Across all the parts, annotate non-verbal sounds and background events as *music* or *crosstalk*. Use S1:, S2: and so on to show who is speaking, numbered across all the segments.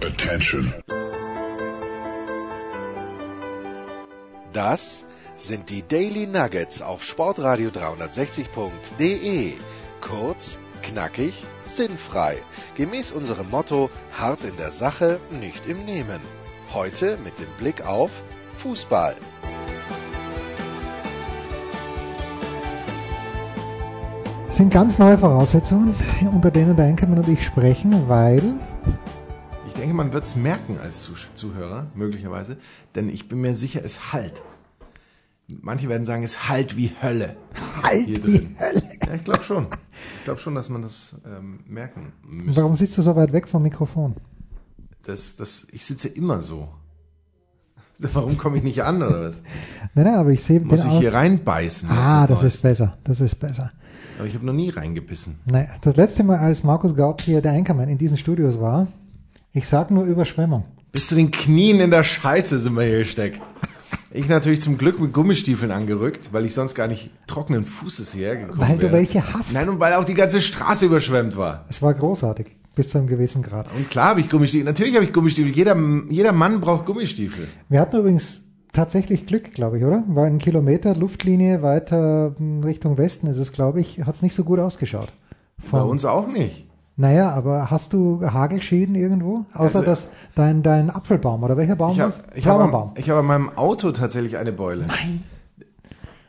S1: Attention.
S2: Das sind die Daily Nuggets auf Sportradio 360.de. E. Kurz, knackig, sinnfrei. Gemäß unserem Motto: hart in der Sache, nicht im Nehmen. Heute mit dem Blick auf Fußball.
S3: Es sind ganz neue Voraussetzungen, unter denen der Enkelmann und ich sprechen, weil
S4: Ich denke, man wird es merken als Zuh- Zuhörer, möglicherweise, denn ich bin mir sicher, es halt. Manche werden sagen, es halt wie Hölle.
S3: *laughs* Halt
S4: Hier
S3: wie
S4: drin. Ja, ich glaube schon. Ich glaube schon, dass man das ähm, merken müsste.
S3: Warum sitzt du so weit weg vom Mikrofon?
S4: Das, das, ich sitze immer so. *laughs* Warum komme ich nicht an oder was?
S3: Nein, nein, aber ich sehe den
S4: Muss ich
S3: Aus-
S4: hier reinbeißen? jetzt
S3: Ah,
S4: noch
S3: das
S4: mal?
S3: ist besser, das ist besser.
S4: Aber ich habe noch nie reingebissen.
S3: Naja, das letzte Mal, als Markus Gaub hier der Enkermann in diesen Studios war, ich sag nur Überschwemmung.
S4: Bis zu den Knien in der Scheiße sind wir hier gesteckt. Ich natürlich zum Glück mit Gummistiefeln angerückt, weil ich sonst gar nicht trockenen Fußes hierher gekommen
S3: Weil du
S4: wäre.
S3: welche hast.
S4: Nein, und weil auch die ganze Straße überschwemmt war.
S3: Es war großartig, bis zu einem gewissen Grad.
S4: Und klar habe ich Gummistiefel. Natürlich habe ich Gummistiefel. Jeder, jeder Mann braucht Gummistiefel.
S3: Wir hatten übrigens tatsächlich Glück, glaube ich, oder? Weil einen Kilometer Luftlinie weiter hm, Richtung Westen ist es, glaube ich, hat es nicht so gut ausgeschaut.
S4: Bei
S3: Von,
S4: uns auch nicht.
S3: naja, aber hast du Hagelschäden irgendwo? Außer
S4: Also-
S3: dass dein, dein Apfelbaum oder welcher Baum
S4: Ich habe
S3: war's?
S4: ich hab
S3: Traubenbaum.
S4: am- ich hab an meinem Auto tatsächlich eine Beule. Nein.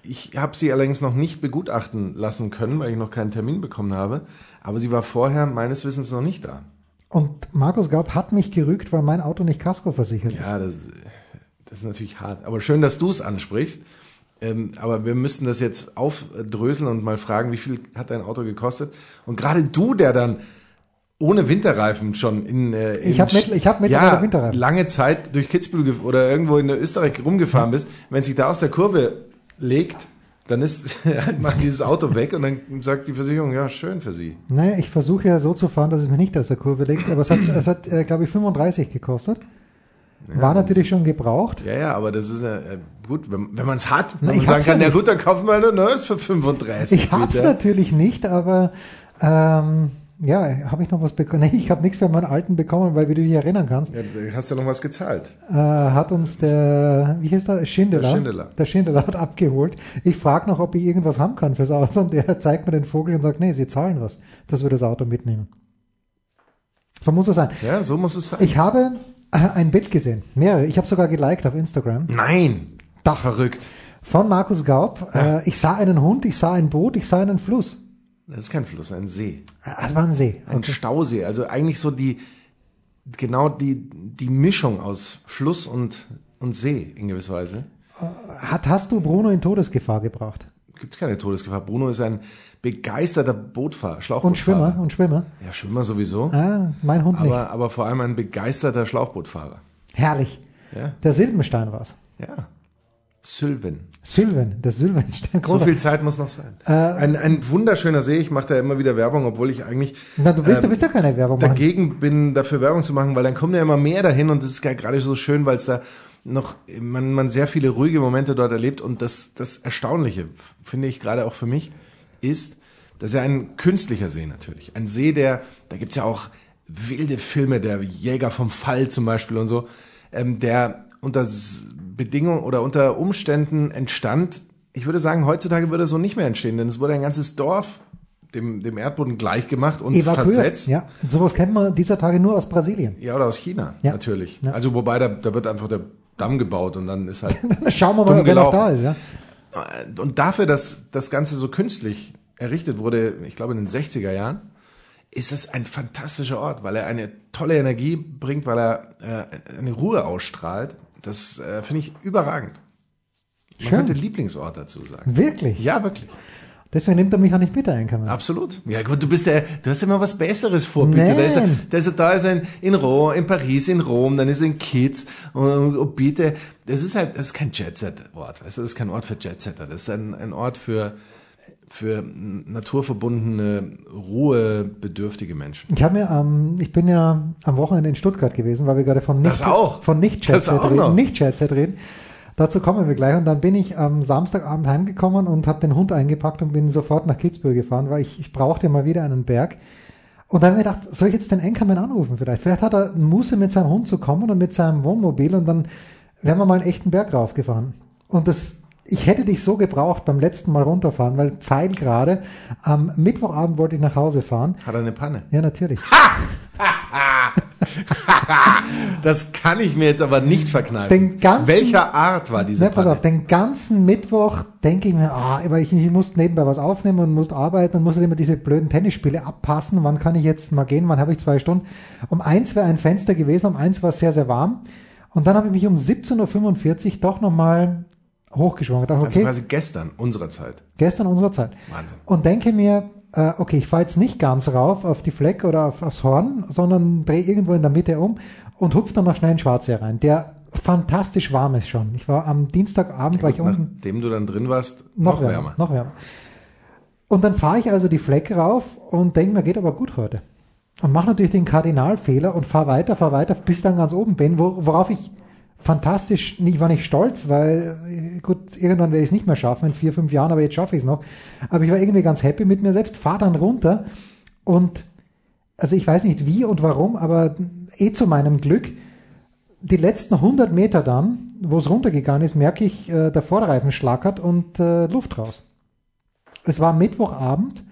S4: Ich habe sie allerdings noch nicht begutachten lassen können, weil ich noch keinen Termin bekommen habe. Aber sie war vorher meines Wissens noch nicht da.
S3: Und Markus Gaub hat mich gerügt, weil mein Auto nicht Kasko versichert ist.
S4: Ja, das, das ist natürlich hart. Aber schön, dass du es ansprichst. Ähm, aber wir müssten das jetzt aufdröseln und mal fragen, wie viel hat dein Auto gekostet? Und gerade du, der dann ohne Winterreifen schon in, äh, in
S3: Ich hab mit- ich hab mittlerweile
S4: ja,
S3: Winterreifen.
S4: lange Zeit durch Kitzbühel ge- oder irgendwo in Österreich rumgefahren bist, wenn sich da aus der Kurve legt, dann ist *laughs* halt mal dieses Auto weg und dann sagt die Versicherung, ja, schön für sie.
S3: Naja, Ne, ich versuche ja so zu fahren, dass es mir nicht aus der Kurve legt, aber es hat, es hat äh, glaube ich, 35 gekostet. War natürlich schon gebraucht.
S4: Ja, ja, aber das ist ja äh, gut, wenn, wenn man es hat,
S3: Na,
S4: wenn man
S3: ich
S4: sagen
S3: hab's ja
S4: kann, ja
S3: nicht.
S4: gut, dann kaufen wir ein neues für 35.
S3: Ich hab's
S4: bitte.
S3: natürlich nicht, aber ähm, ja, habe ich noch was bekommen? Nee, ich habe nichts für meinen alten bekommen, weil, wie du dich erinnern kannst,
S4: Ja, du hast ja noch was gezahlt.
S3: äh, hat uns der, wie heißt der, Schindeler,
S4: Der Schindeler.
S3: der Schindeler hat abgeholt. Ich frage noch, ob ich irgendwas haben kann fürs Auto und der zeigt mir den Vogel und sagt, nee, sie zahlen was, dass wir das Auto mitnehmen. So muss es sein.
S4: Ja, so muss es sein.
S3: Ich habe äh, ein Bild gesehen, mehrere. Ich habe sogar geliked auf Instagram
S4: Nein! Dach verrückt.
S3: von Markus Gaub.
S4: Ja.
S3: Äh, ich sah einen Hund, ich sah ein Boot, ich sah einen Fluss.
S4: Das ist kein Fluss, ein See.
S3: Äh, Es war ein See.
S4: Ein Stausee. Also eigentlich so die, genau die, die Mischung aus Fluss und, und See in gewisser Weise.
S3: Hat, hast du Bruno in Todesgefahr gebracht?
S4: Gibt's keine Todesgefahr. Bruno ist ein begeisterter Bootfahrer, Schlauchbootfahrer.
S3: Und Schwimmer, und Schwimmer.
S4: Ja, Schwimmer sowieso.
S3: Ah, mein Hund nicht.
S4: aber, aber vor allem ein begeisterter Schlauchbootfahrer.
S3: Herrlich.
S4: Ja,
S3: Der Silbenstein war's.
S4: ja. Sylvan.
S3: Sylven, der Sylvenstein.
S4: So
S3: *laughs* großartig.
S4: viel Zeit muss noch sein. ein, ein wunderschöner See. Ich mache da immer wieder Werbung, obwohl ich eigentlich
S3: Na, du willst, du
S4: ähm,
S3: willst ja keine Werbung machen.
S4: dagegen bin, dafür Werbung zu machen, weil dann kommen ja immer mehr dahin und das ist ja gerade so schön, weil es da noch, man, man sehr viele ruhige Momente dort erlebt und das, das Erstaunliche, finde ich gerade auch für mich, ist, dass ja ein künstlicher See natürlich, ein See, der, da gibt's ja auch wilde Filme, der Jäger vom Fall zum Beispiel und so, ähm, der unter S- Bedingungen oder unter Umständen entstand, ich würde sagen, heutzutage würde er so nicht mehr entstehen, denn es wurde ein ganzes Dorf dem, dem Erdboden gleichgemacht und versetzt.
S3: Evakuiert. Ja, sowas kennt man dieser Tage nur aus Brasilien. *laughs*
S4: Ja, oder aus China,
S3: Ja.
S4: natürlich.
S3: Ja.
S4: Also wobei, da, da wird einfach der Damm gebaut und dann ist
S3: *laughs*
S4: halt...
S3: Schauen wir
S4: Dumm
S3: mal, wer noch
S4: gelaufen.
S3: da ist. Ja.
S4: und dafür, dass das Ganze so künstlich errichtet wurde, ich glaube in den 60er Jahren, ist das ein fantastischer Ort, weil er eine tolle Energie bringt, weil er äh, eine Ruhe ausstrahlt. Das äh, finde ich überragend. Man
S3: Schön.
S4: könnte Lieblingsort dazu sagen.
S3: Wirklich.
S4: Ja, wirklich.
S3: Deswegen nimmt er mich auch nicht mit, der Enkermann.
S4: Absolut. Ja, gut, du bist der, du hast immer was Besseres vor, bitte. Da ist, er,
S3: Nein.
S4: da ist er, da ist er in, in Rom, in Paris, in Rom, dann ist er in Kids. Und, und bitte, das ist halt, das ist kein Jet-Set-Ort, weißt du, das ist kein Ort für Jet-Setter. Das ist ein, ein Ort für, für naturverbundene, ruhebedürftige Menschen.
S3: Ich habe mir, ähm, ich bin ja am Wochenende in Stuttgart gewesen, weil wir gerade von nicht
S4: Das auch.
S3: von nicht
S4: Das auch noch.
S3: reden, nicht Chatset reden. Dazu kommen wir gleich. Und dann bin ich am Samstagabend heimgekommen und habe den Hund eingepackt und bin sofort nach Kitzbühel gefahren, weil ich, ich brauchte mal wieder einen Berg. Und da habe ich mir gedacht, soll ich jetzt den Enkermann anrufen vielleicht? Vielleicht hat er Muße mit seinem Hund zu kommen und mit seinem Wohnmobil und dann wären wir mal einen echten Berg raufgefahren. Und das, ich hätte dich so gebraucht beim letzten Mal runterfahren, weil fein gerade. Am Mittwochabend wollte ich nach Hause fahren.
S4: Hat er eine Panne?
S3: Ja, natürlich.
S4: Das kann ich mir jetzt aber nicht verkneifen.
S3: Den ganzen-
S4: Welcher Art war diese
S3: Ne, pass
S4: Panne?
S3: auf, den ganzen Mittwoch denke ich mir, ah, aber ich, ich muss nebenbei was aufnehmen und muss arbeiten und muss halt immer diese blöden Tennisspiele abpassen. Wann kann ich jetzt mal gehen? Wann habe ich zwei Stunden? Um eins wäre ein Fenster gewesen, um eins war es sehr, sehr warm. Und dann habe ich mich um 17.45 Uhr doch nochmal hochgeschwungen. Ich dachte,
S4: Also
S3: okay,
S4: quasi gestern, unserer Zeit.
S3: gestern unserer Zeit.
S4: Wahnsinn.
S3: Und denke mir, äh, okay, ich fahre jetzt nicht ganz rauf auf die Fleck oder auf, aufs Horn, sondern drehe irgendwo in der Mitte um und hupf dann noch schnell in Schwarzsee rein, der fantastisch warm ist schon. Ich war am Dienstagabend, war ich unten
S4: Nachdem du dann drin warst,
S3: noch, wärmer, Noch wärmer. Und dann fahre ich also die Fleck rauf und denke mir, geht aber gut heute. Und mache natürlich den Kardinalfehler und fahre weiter, fahre weiter, bis dann ganz oben bin, wo, worauf ich fantastisch, ich war nicht stolz, weil äh, gut, irgendwann werde ich es nicht mehr schaffen in vier, fünf Jahren, aber jetzt schaffe ich es noch. Aber ich war irgendwie ganz happy mit mir selbst, fahre dann runter und also ich weiß nicht wie und warum, aber eh zu meinem Glück, die letzten 100 Meter dann, wo es runtergegangen ist, merke ich, äh, der Vorderreifen schlackert und äh, Luft raus. Es war Mittwochabend,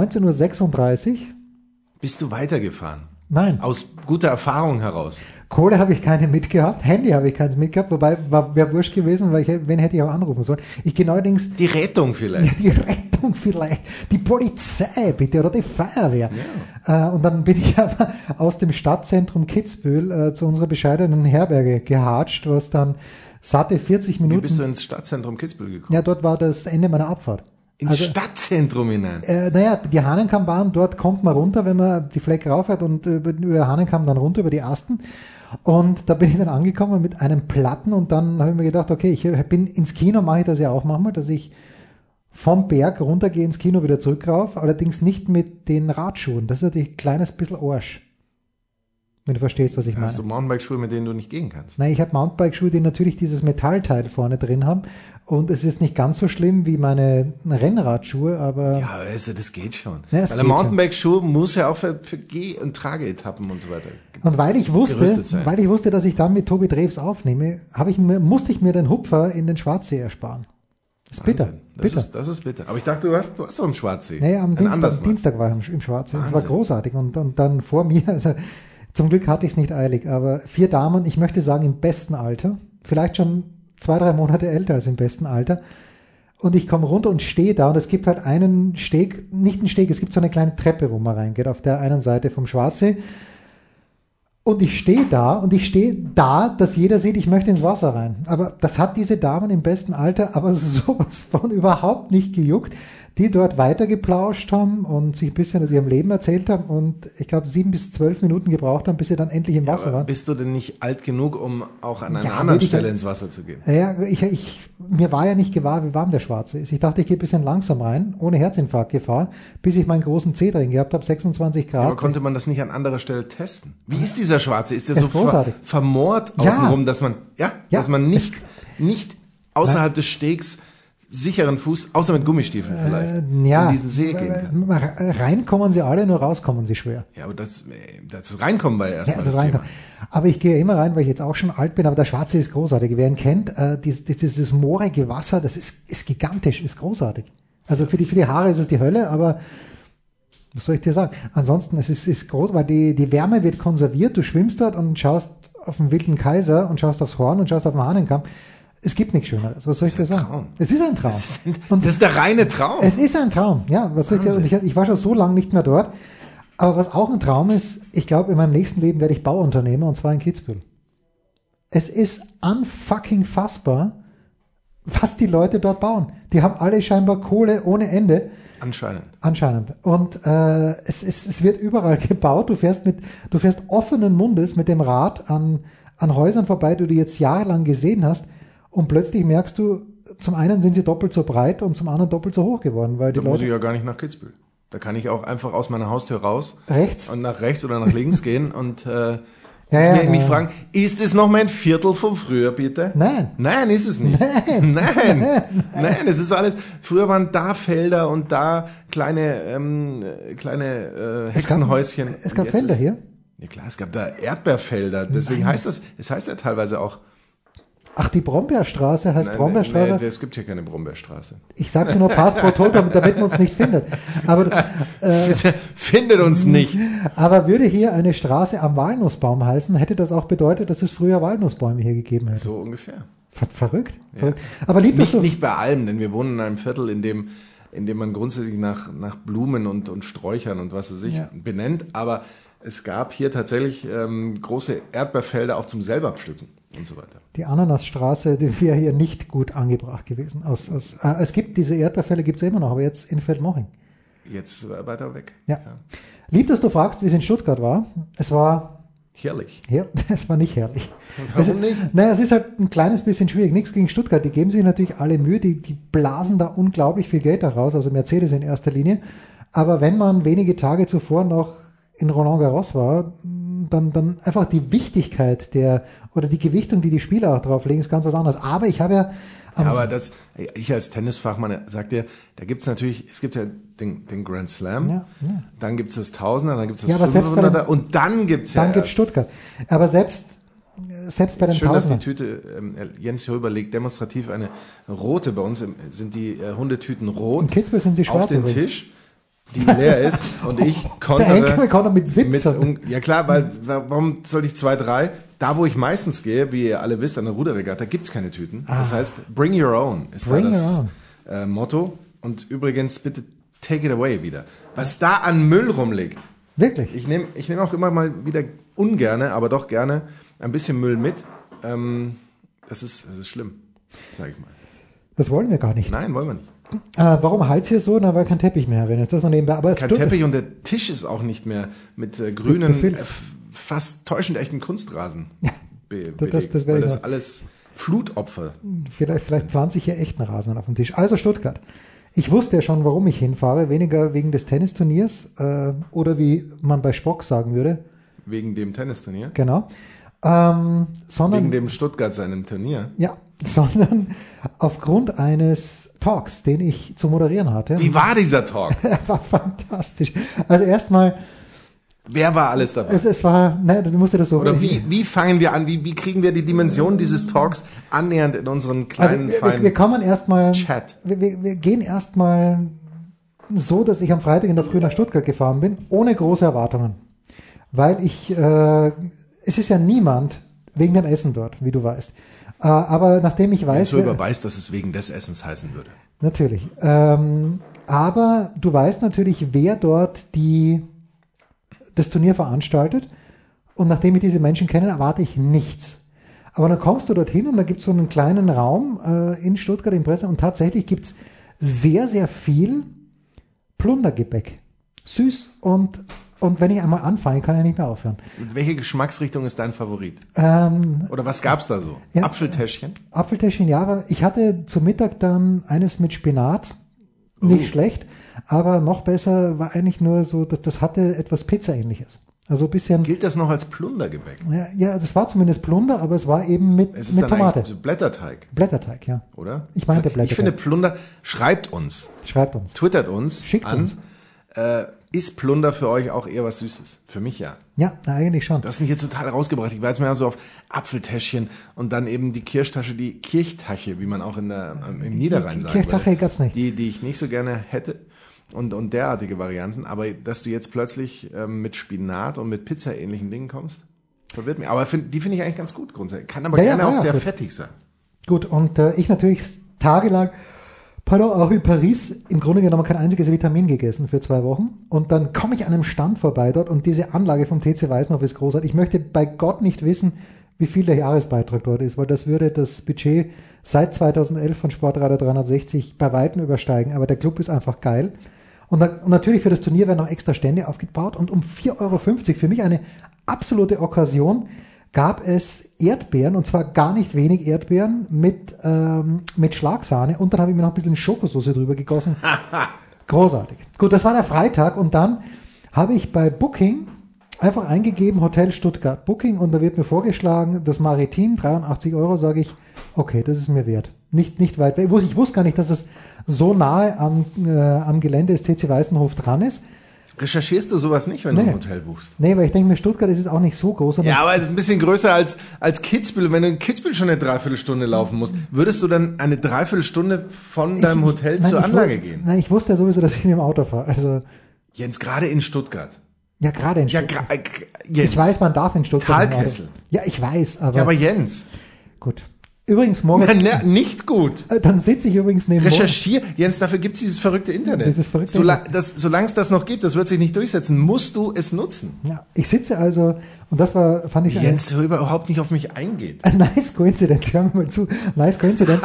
S3: 19.36 Uhr.
S4: Bist du weitergefahren?
S3: Nein,
S4: Aus guter Erfahrung heraus.
S3: Kohle habe ich keine mitgehabt, Handy habe ich keins mitgehabt, wobei wäre wurscht gewesen, weil ich, wen hätte ich auch anrufen sollen. Ich gehe neuerdings *laughs*
S4: Die Rettung vielleicht.
S3: die Rettung vielleicht, die Polizei bitte oder die Feuerwehr. Äh, und dann bin ich *laughs* aber aus dem Stadtzentrum Kitzbühel äh, zu unserer bescheidenen Herberge gehatscht, was dann satte 40
S4: Wie
S3: Minuten
S4: bist du ins Stadtzentrum Kitzbühel gekommen?
S3: Ja, also- dort war das Ende meiner Abfahrt.
S4: Ins Stadtzentrum hinein.
S3: Äh, naja, die Hahnenkammbahn, dort kommt man runter, wenn man die Fleck raufhört und über, über Hahnenkamm dann runter über die Asten. Und da bin ich dann angekommen mit einem Platten und dann habe ich mir gedacht, okay, ich bin ins Kino, mache ich das ja auch manchmal, dass ich vom Berg runtergehe ins Kino wieder zurück rauf, allerdings nicht mit den Radschuhen. Das ist natürlich ein kleines bisschen Arsch. Wenn du verstehst, was ich meine.
S4: Hast du Mountainbike-Schuhe, mit denen du nicht gehen kannst?
S3: Nein, ich habe Mountainbike-Schuhe, die natürlich dieses Metallteil vorne drin haben. Und es ist jetzt nicht ganz so schlimm wie meine Rennradschuhe, aber
S4: Ja, also das geht schon. Weil
S3: Ja, das geht
S4: ein
S3: schon.
S4: Mountainbike-Schuh muss ja auch für, für Geh- und Trageetappen und so weiter.
S3: und weil ich wusste,
S4: Gerüstet sein.
S3: weil ich wusste, dass ich dann mit Tobi Dreves aufnehme, habe ich mir, musste ich mir den Hupfer in den Schwarzsee ersparen. Das ist bitter,
S4: Wahnsinn. Das
S3: bitter.
S4: ist, das ist bitter. Aber ich dachte, du hast, du hast doch im Schwarzsee.
S3: Naja, am
S4: Ein anderes
S3: Dienstag,
S4: Mal.
S3: Dienstag war ich im Schwarzsee. Das war
S4: Wahnsinn.
S3: großartig. Und, und dann vor mir, *laughs* also zum Glück hatte ich es nicht eilig, aber vier Damen, ich möchte sagen, im besten Alter, vielleicht schon zwei, drei Monate älter als im besten Alter. Und ich komme runter und stehe da und es gibt halt einen Steg, nicht einen Steg, es gibt so eine kleine Treppe, wo man reingeht, auf der einen Seite vom Schwarzsee. Und ich stehe da und ich stehe da, dass jeder sieht, ich möchte ins Wasser rein. Aber das hat diese Damen im besten Alter aber *laughs* sowas von überhaupt nicht gejuckt, die dort weitergeplauscht haben und sich ein bisschen aus ihrem Leben erzählt haben und ich glaube sieben bis zwölf Minuten gebraucht haben, bis sie dann endlich im Wasser
S4: Aber
S3: waren.
S4: bist du denn nicht alt genug, um auch an einer
S3: Ja,
S4: anderen
S3: würde ich
S4: Stelle
S3: dann-
S4: ins Wasser zu gehen?
S3: Ja, ich, ich, mir war ja nicht gewahr, wie warm der Schwarze ist. Ich dachte, ich gehe ein bisschen langsam rein, ohne Herzinfarktgefahr, bis ich meinen großen C drin gehabt habe, 26 Grad.
S4: Aber konnte man das nicht an anderer Stelle testen? Wie ist dieser Schwarze? Ist der
S3: Er
S4: so
S3: ist
S4: ver
S3: großartig.
S4: vermohrt
S3: Ja.
S4: außenrum, dass man, ja,
S3: Ja.
S4: dass man nicht, nicht außerhalb des Stegs sicheren Fuß, außer mit Gummistiefeln vielleicht,
S3: Äh, ja,
S4: in diesen See gehen kann?
S3: äh, reinkommen sie alle, nur rauskommen sie schwer.
S4: Ja, aber das, äh, das Reinkommen war ja
S3: Ja,
S4: erstmal
S3: das
S4: das Thema.
S3: reinkommen. Aber ich gehe ja immer rein, weil ich jetzt auch schon alt bin, aber der Schwarze ist großartig. Wer ihn kennt, äh, dieses, dieses, dieses moorige Wasser, das ist, ist gigantisch, ist großartig. Also für die, für die Haare ist es die Hölle, aber was soll ich dir sagen? Ansonsten, es ist, ist groß, weil die, die Wärme wird konserviert, du schwimmst dort und schaust auf den wilden Kaiser und schaust aufs Horn und schaust auf den Hahnenkamm. Es gibt nichts Schöneres. Was soll ich dir sagen?
S4: Traum.
S3: Es ist ein Traum.
S4: Und *laughs* das ist der reine Traum.
S3: Es ist ein Traum, ja. Was soll ich, dir- und ich, ich war schon so lange nicht mehr dort. Aber was auch ein Traum ist, ich glaube, in meinem nächsten Leben werde ich Bauunternehmer und zwar in Kitzbühel. Es ist unfucking fassbar, was die Leute dort bauen. Die haben alle scheinbar Kohle ohne Ende.
S4: Anscheinend.
S3: Anscheinend. Und äh, es, es, es wird überall *laughs* gebaut. Du fährst mit, du fährst offenen Mundes mit dem Rad an, an Häusern vorbei, die du jetzt jahrelang gesehen hast, und plötzlich merkst du, zum einen sind sie doppelt so breit und zum anderen doppelt so hoch geworden, weil die
S4: Da muss ich
S3: Leute
S4: ja gar nicht nach Kitzbühel. Da kann ich auch einfach aus meiner Haustür raus
S3: rechts
S4: und nach rechts oder nach links gehen und äh,
S3: Ja, ja,
S4: mich, mich
S3: ja.
S4: fragen, ist es noch mein Viertel von früher, bitte?
S3: Nein.
S4: Nein, ist es nicht.
S3: Nein.
S4: Nein, nein, es ist alles. Früher waren da Felder und da kleine, ähm, äh, kleine äh, Hexenhäuschen.
S3: Es gab
S4: Jetzt
S3: Felder
S4: ist-
S3: hier.
S4: Ja klar, es gab da Erdbeerfelder. Deswegen heißt das, es heißt ja teilweise auch.
S3: Ach, die Brombeerstraße heißt
S4: Nein,
S3: Brombeerstraße.
S4: nee, es gibt hier keine Brombeerstraße. *laughs*
S3: Ich sag's nur Pass pro Toto, damit, damit man uns nicht findet. Aber, äh,
S4: Findet uns nicht.
S3: aber würde hier eine Straße am Walnussbaum heißen, hätte das auch bedeutet, dass es früher Walnussbäume hier gegeben hätte.
S4: So ungefähr.
S3: Ver verrückt. verrückt. Aber lieb dass
S4: Nicht,
S3: du,
S4: nicht bei allem, denn wir wohnen in einem Viertel, in dem, in dem man grundsätzlich nach, nach Blumen und, und Sträuchern und was weiß ich
S3: Ja.
S4: benennt. Aber es gab hier tatsächlich ähm, große Erdbeerfelder auch zum selber pflücken und so weiter.
S3: die Ananasstraße, die wäre hier nicht gut angebracht gewesen. Aus, aus, äh, es gibt diese Erdbeerfälle, gibt's immer noch, aber jetzt in Feldmoching.
S4: Jetzt äh, weiter weg.
S3: Ja. Lieb, dass du fragst, wie es in Stuttgart war. Es war,
S4: Herrlich.
S3: *laughs* her es war nicht herrlich.
S4: Warum nicht?
S3: Naja, es ist halt ein kleines bisschen schwierig. Nichts gegen Stuttgart. Die geben sich natürlich alle Mühe. Die, die blasen da unglaublich viel Geld daraus. Also Mercedes in erster Linie. Aber wenn man wenige Tage zuvor noch in Roland Garros war, dann, dann einfach die Wichtigkeit der oder die Gewichtung, die die Spieler auch drauflegen, ist ganz was anderes. Aber ich habe ja am
S4: Ja, aber das, ich als Tennisfachmann sag dir, da gibt's natürlich, es gibt ja den, den Grand Slam,
S3: Ja, ja.
S4: dann gibt's das Tausender, dann gibt's das
S3: Ja, aber selbst bei dem-
S4: 500er und dann gibt's ja
S3: dann gibt
S4: erst-
S3: Stuttgart. Aber selbst selbst bei den
S4: Schön, dass die
S3: Tausendern.
S4: Tüte, ähm, Jens Höber legt demonstrativ eine rote bei uns, im, sind die äh, Hundetüten rot.
S3: In Kitzbühel sind sie
S4: Auf
S3: schwarz
S4: den
S3: übrigens.
S4: Tisch, die leer ist und ich
S3: *laughs* Der Henkel
S4: konnte...
S3: kommt mit 17.
S4: Mit, um, ja klar, weil wa- warum sollte ich zwei, drei? Da, wo ich meistens gehe, wie ihr alle wisst, an der Ruderregatta gibt's keine Tüten. Das heißt, bring your own ist
S3: Ah. Bring
S4: da das
S3: your own.
S4: Äh, Motto. Und übrigens, bitte take it away wieder. Was da an Müll rumliegt,
S3: Wirklich.
S4: ich nehme ich nehm auch immer mal wieder ungerne, aber doch gerne ein bisschen Müll mit. Ähm, das, ist, das ist schlimm, sage ich mal.
S3: Das wollen wir gar nicht.
S4: Nein, wollen wir nicht.
S3: Äh, warum halt's hier so? Na, weil kein Teppich mehr drin ist. Das noch nebenbei. Aber
S4: Kein
S3: Stuttgart-
S4: Teppich und der Tisch ist auch nicht mehr mit äh, grünen,
S3: Befilzt.
S4: äh, f- fast täuschend echten Kunstrasen be
S3: das- das
S4: belegt,
S3: werde
S4: weil
S3: ich
S4: das
S3: noch-
S4: alles Flutopfer.
S3: Vielleicht, vielleicht pflanze ich hier echten Rasen an auf dem Tisch. Also Stuttgart. Ich wusste ja schon, warum ich hinfahre. Weniger wegen des Tennisturniers äh, oder wie man bei Spock sagen würde.
S4: Wegen dem Tennisturnier?
S3: Genau. Ähm,
S4: Wegen
S3: sondern,
S4: dem Stuttgart seinem Turnier?
S3: ja, *laughs* sondern aufgrund eines Talks, den ich zu moderieren hatte.
S4: Wie war dieser Talk?
S3: Der war fantastisch. Also erstmal,
S4: Wer war alles dabei?
S3: es, es war, ne, du musst dir das so
S4: Oder wie, wie fangen wir an? Wie, wie kriegen wir die Dimension dieses Talks annähernd in unseren
S3: Also
S4: kleinen,
S3: wir, wir-
S4: feinen...
S3: wir kommen erstmal,
S4: Chat.
S3: wir, wir, wir gehen erstmal so, dass ich am Freitag in der Früh nach Stuttgart gefahren bin, ohne große Erwartungen. Weil ich, äh, es ist ja niemand wegen dem Essen dort, wie du weißt. Äh, aber nachdem ich weiß,
S4: Silber
S3: wer-
S4: weiß, dass es wegen des Essens heißen würde.
S3: natürlich. Ähm, aber du weißt natürlich, wer dort die, das Turnier veranstaltet. Und nachdem ich diese Menschen kenne, erwarte ich nichts. Aber dann kommst du dorthin und da gibt es so einen kleinen Raum äh, in Stuttgart im Presse und tatsächlich gibt es sehr, sehr viel Plundergebäck. Süß und, und wenn ich einmal anfange, kann ich nicht mehr aufhören.
S4: Und welche Geschmacksrichtung ist dein Favorit?
S3: Ähm,
S4: Oder was gab's da so?
S3: Ja.
S4: Apfeltäschchen?
S3: Apfeltäschchen, ja, aber ich hatte zu Mittag dann eines mit Spinat. Nicht
S4: Oh.
S3: schlecht, aber noch besser war eigentlich nur so, dass das hatte etwas Pizza-ähnliches. Also ein bisschen,
S4: Gilt das noch als Plundergebäck?
S3: ja, ja, das war zumindest Plunder, aber es war eben mit,
S4: Es
S3: mit
S4: dann
S3: Tomate.
S4: eigentlich so Blätterteig,
S3: Blätterteig, ja.
S4: oder?
S3: Ich meinte
S4: Ich
S3: Blätterteig.
S4: finde Plunder, schreibt uns,
S3: Schreibt uns.
S4: twittert uns
S3: Schickt
S4: an.
S3: uns.
S4: Äh, ist Plunder für euch auch eher was Süßes? Für mich ja.
S3: Ja, na, eigentlich schon.
S4: Du hast mich jetzt total rausgebracht. Ich war jetzt mehr so auf Apfeltäschchen und dann eben die Kirschtasche, die Kirchtasche, wie man auch in der, ähm, im Niederrhein
S3: die
S4: sagt.
S3: Kirchtasche gab's nicht.
S4: Die, die ich nicht so gerne hätte und, und derartige Varianten. Aber dass du jetzt plötzlich ähm, mit Spinat und mit Pizza-ähnlichen Dingen kommst, verwirrt mich. Aber find, die finde ich eigentlich ganz gut grundsätzlich. Kann aber
S3: Ja, ja,
S4: gerne
S3: war
S4: auch
S3: ja
S4: sehr
S3: gut.
S4: fettig sein.
S3: Gut, und äh, ich natürlich tagelang, pardon, auch in Paris, im Grunde genommen kein einziges Vitamin gegessen für zwei Wochen. Und dann komme ich an einem Stand vorbei dort und diese Anlage vom TC Weißenhof ist großartig. Ich möchte bei Gott nicht wissen, wie viel der Jahresbeitrag dort ist, weil das würde das Budget seit 2011 von Sportradio 360 bei Weitem übersteigen. Aber der Club ist einfach geil. Und, na- und natürlich für das Turnier werden noch extra Stände aufgebaut. Und um 4,50 Euro, für mich eine absolute Okkasion, gab es Erdbeeren, und zwar gar nicht wenig Erdbeeren, mit, ähm, mit Schlagsahne. Und dann habe ich mir noch ein bisschen Schokosauce drüber gegossen. Großartig. Gut, das war der Freitag. Und dann habe ich bei Booking Einfach eingegeben, Hotel Stuttgart Booking und da wird mir vorgeschlagen, das Maritim, 83 Euro, sage ich, okay, das ist mir wert. Nicht, nicht weit weg. Ich wus- Ich wusste gar nicht, dass es so nahe am, äh, am Gelände des TC Weißenhof dran ist.
S4: Recherchierst du sowas nicht, wenn du
S3: Nee.
S4: ein Hotel buchst?
S3: Nee, weil ich denke mir, Stuttgart ist jetzt auch nicht so groß. aber
S4: Ja, aber es ist ein bisschen größer als, als Kitzbühel. Wenn du in Kitzbühel schon eine Dreiviertelstunde laufen musst, würdest du dann eine Dreiviertelstunde von deinem
S3: ich-
S4: Hotel
S3: nein,
S4: zur
S3: ich wu-
S4: Anlage gehen?
S3: Nein, ich wusste ja sowieso, dass ich mit dem Auto fahre. Also,
S4: Jens, gerade in Stuttgart.
S3: ja, gerade in
S4: Ja,
S3: Stuttgart.
S4: gra- äh, Jens.
S3: ich weiß, man darf in Stuttgart. mit dem Auto-
S4: Talkessel.
S3: Ja, ich weiß, aber,
S4: Ja, aber Jens.
S3: gut. Übrigens, morgen.
S4: Na, nicht gut.
S3: Äh, Dann sitze ich übrigens neben
S4: Recherchier, Jens, dafür gibt's dieses verrückte Internet.
S3: Dieses verrückte
S4: Sola das, solange es das noch gibt, das wird sich nicht durchsetzen, musst du es nutzen.
S3: Ja, ich sitze also, und das war, fand ich eine-
S4: Jens, der überhaupt nicht auf mich eingeht.
S3: A nice coincidence, *laughs* hören wir mal zu. Nice coincidence.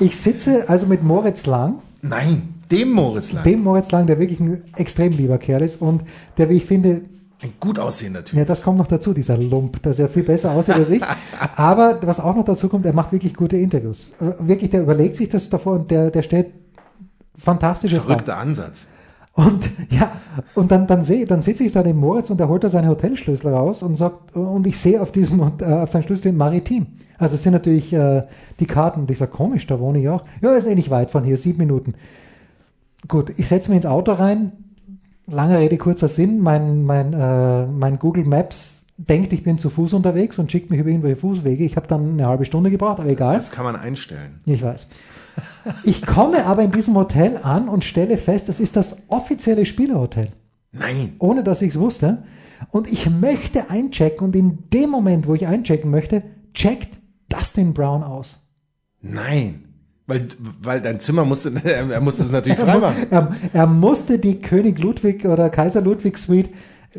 S3: Ich sitze also mit Moritz Lang,
S4: Nein, dem Moritz Lang.
S3: dem Moritz Lang, der wirklich ein extrem lieber Kerl ist und der, wie ich finde,
S4: Ein gut aussehender Typ.
S3: ja, das kommt noch dazu, dieser Lump, dass er viel besser aussieht als ich. Aber was auch noch dazu kommt, er macht wirklich gute Interviews. Äh, Wirklich, der überlegt sich das davor und der, der stellt fantastische Fragen.
S4: Verrückter Ansatz.
S3: Und ja, und dann, dann sehe dann sitze ich da neben Moritz und er holt da seine Hotelschlüssel raus und sagt, und ich sehe auf diesem äh, auf seinem Schlüssel Maritim. Also es sind natürlich äh, die Karten und ich sage, komisch, da wohne ich auch. Ja, ist eh nicht weit von hier, sieben Minuten. Gut, ich setze mich ins Auto rein, lange Rede, kurzer Sinn, mein, mein, äh, mein Google Maps denkt, ich bin zu Fuß unterwegs und schickt mich über irgendwelche Fußwege. Ich habe dann eine halbe Stunde gebraucht, aber egal.
S4: Das kann man einstellen.
S3: Ich weiß. Ich komme aber in diesem Hotel an und stelle fest, das ist das offizielle Spielerhotel,
S4: Nein.
S3: ohne dass ich es wusste. Und ich möchte einchecken und in dem Moment, wo ich einchecken möchte, checkt Dustin Brown aus.
S4: Nein. Weil, weil dein Zimmer musste, *laughs* er musste es natürlich
S3: *laughs* Er,
S4: frei
S3: muss,
S4: machen.
S3: er, er musste die König Ludwig oder Kaiser Ludwig Suite,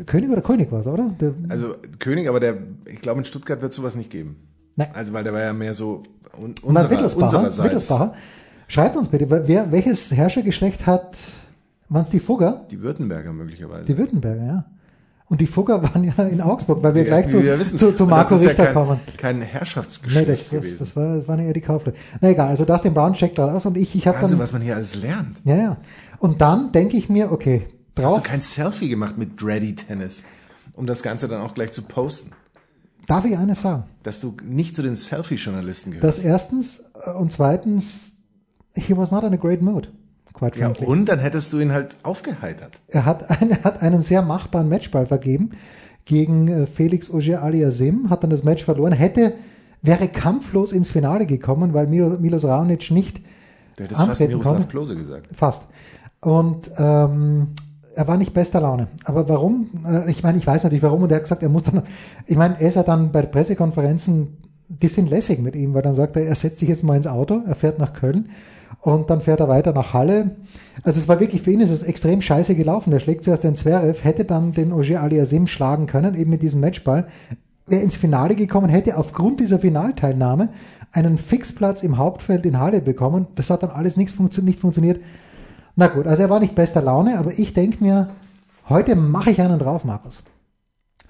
S3: König oder König war es, oder? Der,
S4: Also König, aber der, ich glaube, in Stuttgart wird sowas nicht geben.
S3: Nein.
S4: Also, weil der war ja mehr so un,
S3: Na,
S4: unserer,
S3: Wittelsbacher,
S4: unsererseits.
S3: Wittelsbacher. Schreibt uns bitte, wer, welches Herrschergeschlecht hat, waren es die Fugger?
S4: Die Württemberger möglicherweise.
S3: Die Württemberger, ja. Und die Fugger *laughs* waren ja in Augsburg, weil wir
S4: Ja,
S3: gleich
S4: wie
S3: zu,
S4: wir wissen.
S3: zu, zu
S4: Und
S3: Marco
S4: das ist
S3: Richter
S4: ja kein,
S3: kommen.
S4: Kein
S3: Nee,
S4: Herrschaftsgeschlecht
S3: das, das,
S4: gewesen.
S3: das, war, das waren eher die Kaufleute. Na egal, also Dustin Brown checkt da aus und ich, ich habe
S4: Wahnsinn,
S3: dann.
S4: was man hier alles lernt.
S3: Ja, ja. Und dann denke ich mir, okay,
S4: Hast du
S3: drauf,
S4: kein Selfie gemacht mit Dreddy Tennis, um das Ganze dann auch gleich zu posten?
S3: darf ich eines sagen?
S4: Dass du nicht zu den Selfie-Journalisten gehörst.
S3: Das erstens äh, und zweitens, he was not in a great mood, quite
S4: ja,
S3: frankly.
S4: und dann hättest du ihn halt aufgeheitert.
S3: Er hat, *laughs* ein, hat einen sehr machbaren Matchball vergeben gegen äh, Felix Auger Aliasim, hat dann das Match verloren, hätte, wäre kampflos ins Finale gekommen, weil Milo- Milos Raonic nicht
S4: Du hättest fast
S3: Antreten
S4: Miroslav
S3: konnte.
S4: Klose gesagt.
S3: Fast. Und ähm, er war nicht bester Laune. Aber warum? Äh, ich meine, ich weiß natürlich warum. Und er hat gesagt, er muss dann. Ich meine, er ist ja dann bei Pressekonferenzen, die sind lässig mit ihm, weil dann sagt er, er setzt sich jetzt mal ins Auto, er fährt nach Köln und dann fährt er weiter nach Halle. Also es war wirklich, für ihn ist es extrem scheiße gelaufen. Er schlägt zuerst den Zverev, hätte dann den Ogier Aliasim schlagen können, eben mit diesem Matchball. Wäre ins Finale gekommen, hätte aufgrund dieser Finalteilnahme einen Fixplatz im Hauptfeld in Halle bekommen. Das hat dann alles nichts funktio nicht funktioniert. Na gut, also er war nicht bester Laune, aber ich denke mir, heute mache ich einen drauf, Markus.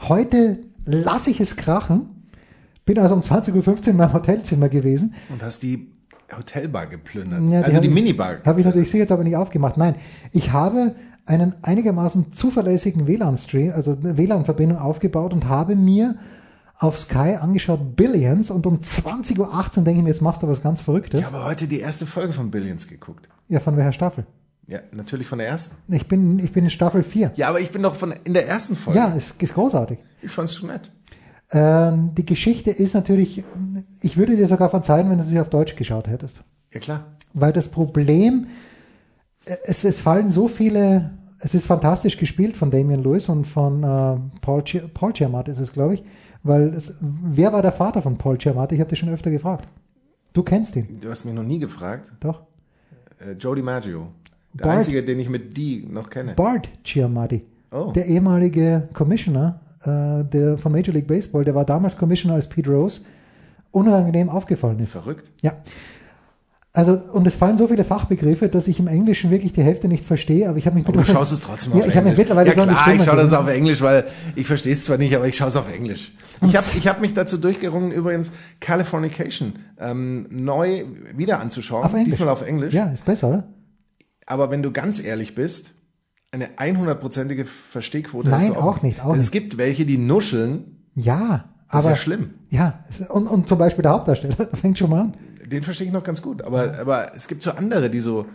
S3: Heute lasse ich es krachen. Bin also um 20.15 Uhr in meinem Hotelzimmer gewesen.
S4: Und hast die Hotelbar geplündert.
S3: Ja,
S4: also die
S3: hab-
S4: Minibar.
S3: Habe ich natürlich sicher jetzt aber nicht aufgemacht. Nein, ich habe einen einigermaßen zuverlässigen WLAN-Stream, also eine WLAN-Verbindung aufgebaut und habe mir auf Sky angeschaut Billions und um 20.18 Uhr denke ich mir, jetzt machst du was ganz Verrücktes.
S4: Ich
S3: Ja,
S4: habe heute die erste Folge von Billions geguckt.
S3: von welcher Staffel?
S4: Ja, natürlich von der ersten.
S3: Ich bin, ich bin in Staffel 4.
S4: Ja, aber ich bin doch von in der ersten Folge.
S3: Ja, ist, ist großartig.
S4: Ich fand's schon nett.
S3: Ähm, die Geschichte ist natürlich, ich würde dir sogar verzeihen, wenn du sie auf Deutsch geschaut hättest.
S4: Ja, klar.
S3: Weil das Problem, äh, es, es fallen so viele, es ist fantastisch gespielt von Damian Lewis und von äh, Paul, Chi- Paul Giamatti ist es, glaube ich. Weil es, wer war der Vater von Paul Giamatti? Ich habe dich schon öfter gefragt. Du kennst ihn,
S4: Du hast mich noch nie gefragt.
S3: doch?
S4: Äh, Jody Maggio. Der
S3: Bart-
S4: einzige, den ich mit die noch kenne.
S3: Bart Giamatti,
S4: Oh.
S3: der ehemalige Commissioner äh, der, von Major League Baseball, der war damals Commissioner, als Pete Rose unangenehm aufgefallen ist.
S4: Verrückt.
S3: Ja. Also, und es fallen so viele Fachbegriffe, dass ich im Englischen wirklich die Hälfte nicht verstehe, aber ich habe mich
S4: Aber du schaust es trotzdem auf
S3: Ja, ich habe mich
S4: Englisch.
S3: mittlerweile
S4: ja,
S3: so an die
S4: klar, ich
S3: Stimme
S4: schaue das
S3: gewöhnt.
S4: auf Englisch, weil ich verstehe es zwar nicht, aber ich schaue es auf Englisch. Ich habe ich hab mich dazu durchgerungen, übrigens Californication ähm, neu wieder anzuschauen.
S3: Auf Englisch.
S4: Diesmal auf Englisch.
S3: Ja, ist besser, oder?
S4: Aber wenn du ganz ehrlich bist, eine 100%ige Verstehquote
S3: Nein,
S4: hast du Also
S3: auch nicht, auch
S4: es
S3: nicht.
S4: gibt welche, die nuscheln.
S3: Ja,
S4: Das
S3: aber
S4: ist ja schlimm.
S3: ja, und, und zum Beispiel der Hauptdarsteller, *laughs* fängt schon mal an.
S4: Den verstehe ich noch ganz gut. Aber, aber es gibt so andere, die so,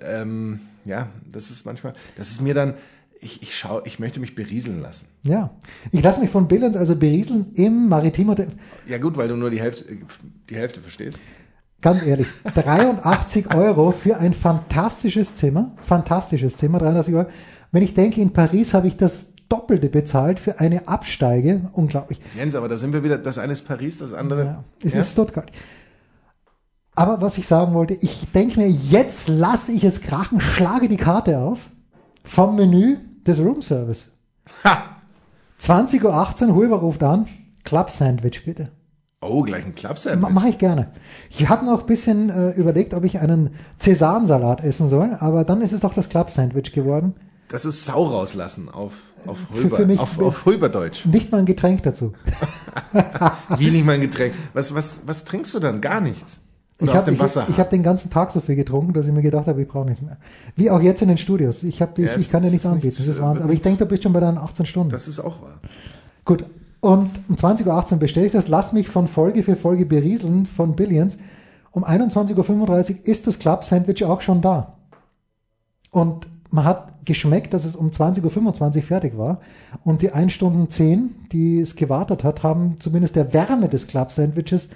S4: ähm, ja, das ist manchmal, das ist mir dann, ich, ich schaue, ich möchte mich berieseln lassen.
S3: Ja. Ich lasse mich von Billens also berieseln im Maritim Hotel.
S4: Ja gut, weil du nur die Hälfte, äh, die Hälfte verstehst.
S3: Ganz ehrlich, *laughs* 83 Euro für ein fantastisches Zimmer. Fantastisches Zimmer, 33 Euro. Wenn ich denke, in Paris habe ich das Doppelte bezahlt für eine Absteige. Unglaublich.
S4: Jens, aber da sind wir wieder, das eine ist Paris, das andere.
S3: Ja, es
S4: Ja.
S3: ist Stuttgart. Aber was ich sagen wollte, ich denke mir, jetzt lasse ich es krachen, schlage die Karte auf vom Menü des Roomservice.
S4: Ha!
S3: 20.18 Uhr, Huber ruft an, Club-Sandwich bitte.
S4: Oh, gleich ein Klapser.
S3: Ma- Mache ich gerne. Ich habe noch ein bisschen äh, überlegt, ob ich einen Cesansalat essen soll, aber dann ist es doch das Club-Sandwich geworden.
S4: Das ist Sau rauslassen auf, auf
S3: Für-
S4: Rüber,
S3: für mich-
S4: auf, auf Rüberdeutsch.
S3: Nicht mal ein Getränk dazu.
S4: Wie nicht mein Getränk. Was, was, was trinkst du dann? Gar nichts. Oder
S3: ich
S4: aus
S3: habe
S4: dem
S3: ich,
S4: Wasser.
S3: ich hab den ganzen Tag so viel getrunken, dass ich mir gedacht habe, ich brauche nichts mehr. Wie auch jetzt in den Studios. Ich, hab, ich,
S4: Ja, es
S3: ich kann dir
S4: ist
S3: nichts anbieten.
S4: nichts,
S3: das ist
S4: äh,
S3: Wahnsinn. Aber ich
S4: nichts.
S3: denke, du bist schon bei deinen 18 Stunden.
S4: das ist auch wahr.
S3: Gut. Und um 20.18 Uhr bestelle ich das. Lass mich von Folge für Folge berieseln von Billions. Um 21.35 Uhr ist das Club-Sandwich auch schon da. Und man hat geschmeckt, dass es um 20.25 Uhr fertig war. Und die 1 Stunden 10, die es gewartet hat, haben zumindest der Wärme des Club-Sandwiches